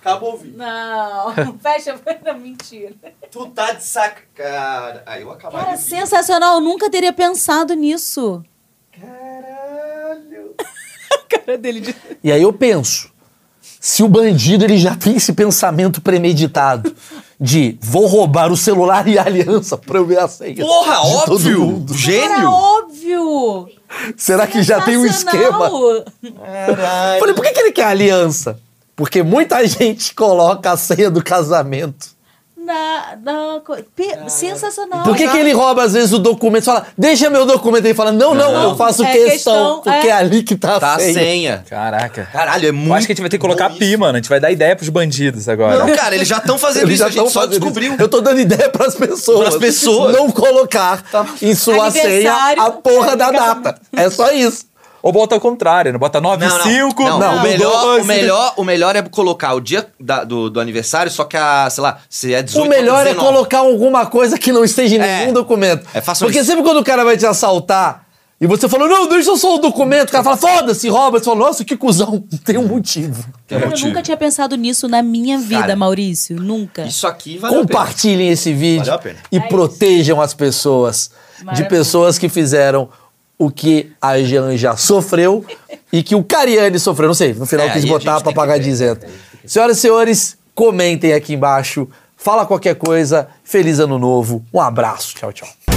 [SPEAKER 2] Acabou ouvindo.
[SPEAKER 3] Não, fecha a porta, mentira.
[SPEAKER 2] Tu tá de saca. Cara. Aí eu acabava.
[SPEAKER 3] Cara,
[SPEAKER 2] de ouvir.
[SPEAKER 3] sensacional, eu nunca teria pensado nisso.
[SPEAKER 2] Caralho.
[SPEAKER 3] Cara dele de...
[SPEAKER 1] E aí eu penso, se o bandido ele já tem esse pensamento premeditado de vou roubar o celular e a aliança pra eu ver a senha.
[SPEAKER 5] Porra,
[SPEAKER 1] de todo
[SPEAKER 5] óbvio!
[SPEAKER 1] mundo.
[SPEAKER 3] Era
[SPEAKER 5] Gênio!
[SPEAKER 3] óbvio!
[SPEAKER 1] Será que já tem um esquema?
[SPEAKER 3] Sensacional.
[SPEAKER 1] Eu Falei, por que, que ele quer aliança? Porque muita gente coloca a senha do casamento.
[SPEAKER 3] Na, na, co- pe- sensacional.
[SPEAKER 1] Por que, que ele rouba, às vezes, o documento? Fala, deixa meu documento. Ele fala, não, não, eu faço
[SPEAKER 3] é
[SPEAKER 1] questão,
[SPEAKER 3] questão,
[SPEAKER 1] porque
[SPEAKER 3] é.
[SPEAKER 1] é ali que tá,
[SPEAKER 5] Tá
[SPEAKER 1] a
[SPEAKER 5] a
[SPEAKER 1] senha.
[SPEAKER 5] senha.
[SPEAKER 4] Caraca.
[SPEAKER 5] Caralho, é muito.
[SPEAKER 4] Eu acho que a gente vai ter que né? colocar
[SPEAKER 5] bom
[SPEAKER 4] pi,
[SPEAKER 5] isso.
[SPEAKER 4] mano. A gente vai dar ideia pros bandidos agora.
[SPEAKER 5] Não, cara, eles já estão fazendo
[SPEAKER 1] Eles
[SPEAKER 5] isso,
[SPEAKER 1] já
[SPEAKER 5] a gente
[SPEAKER 1] tão
[SPEAKER 5] só
[SPEAKER 1] fazendo isso.
[SPEAKER 5] descobriu.
[SPEAKER 1] Eu tô dando ideia pras pessoas.
[SPEAKER 5] Pras pessoas. Tá.
[SPEAKER 1] Não colocar em sua senha
[SPEAKER 3] Aniversário.
[SPEAKER 1] a porra da
[SPEAKER 3] Casamento.
[SPEAKER 1] data. É só isso.
[SPEAKER 4] Ou bota ao contrário, não bota 9
[SPEAKER 5] Não, não.
[SPEAKER 4] 5,
[SPEAKER 5] Não, o, melhor,
[SPEAKER 4] 12.
[SPEAKER 5] o, melhor, o melhor é colocar o dia da- do, do aniversário, só que a, sei lá, se é 18
[SPEAKER 1] o melhor é
[SPEAKER 5] 19.
[SPEAKER 1] colocar alguma coisa que não esteja em
[SPEAKER 5] É.
[SPEAKER 1] nenhum documento.
[SPEAKER 5] É, façam
[SPEAKER 1] Porque
[SPEAKER 5] isso.
[SPEAKER 1] sempre quando o cara vai te assaltar e você falou, não, deixa só o documento, o cara fala, foda-se, rouba. Você fala, nossa, que cuzão, tem um motivo.
[SPEAKER 3] Cara, eu nunca tinha pensado nisso na minha vida,
[SPEAKER 5] Cara,
[SPEAKER 3] Maurício. Nunca.
[SPEAKER 5] Isso aqui vai.
[SPEAKER 1] Compartilhem esse vídeo
[SPEAKER 5] Valeu a pena.
[SPEAKER 1] e protejam as pessoas de
[SPEAKER 3] Maravilha.
[SPEAKER 1] pessoas que fizeram o que a Jean já sofreu e que o Cariani sofreu. Não sei, no final
[SPEAKER 5] É,
[SPEAKER 1] eu quis
[SPEAKER 5] aí a
[SPEAKER 1] botar
[SPEAKER 5] gente
[SPEAKER 1] pra
[SPEAKER 5] tem que
[SPEAKER 1] pagar
[SPEAKER 5] ver.
[SPEAKER 1] de isento. Senhoras e senhores, comentem aqui embaixo, fala qualquer coisa, feliz ano novo, um abraço, tchau, tchau.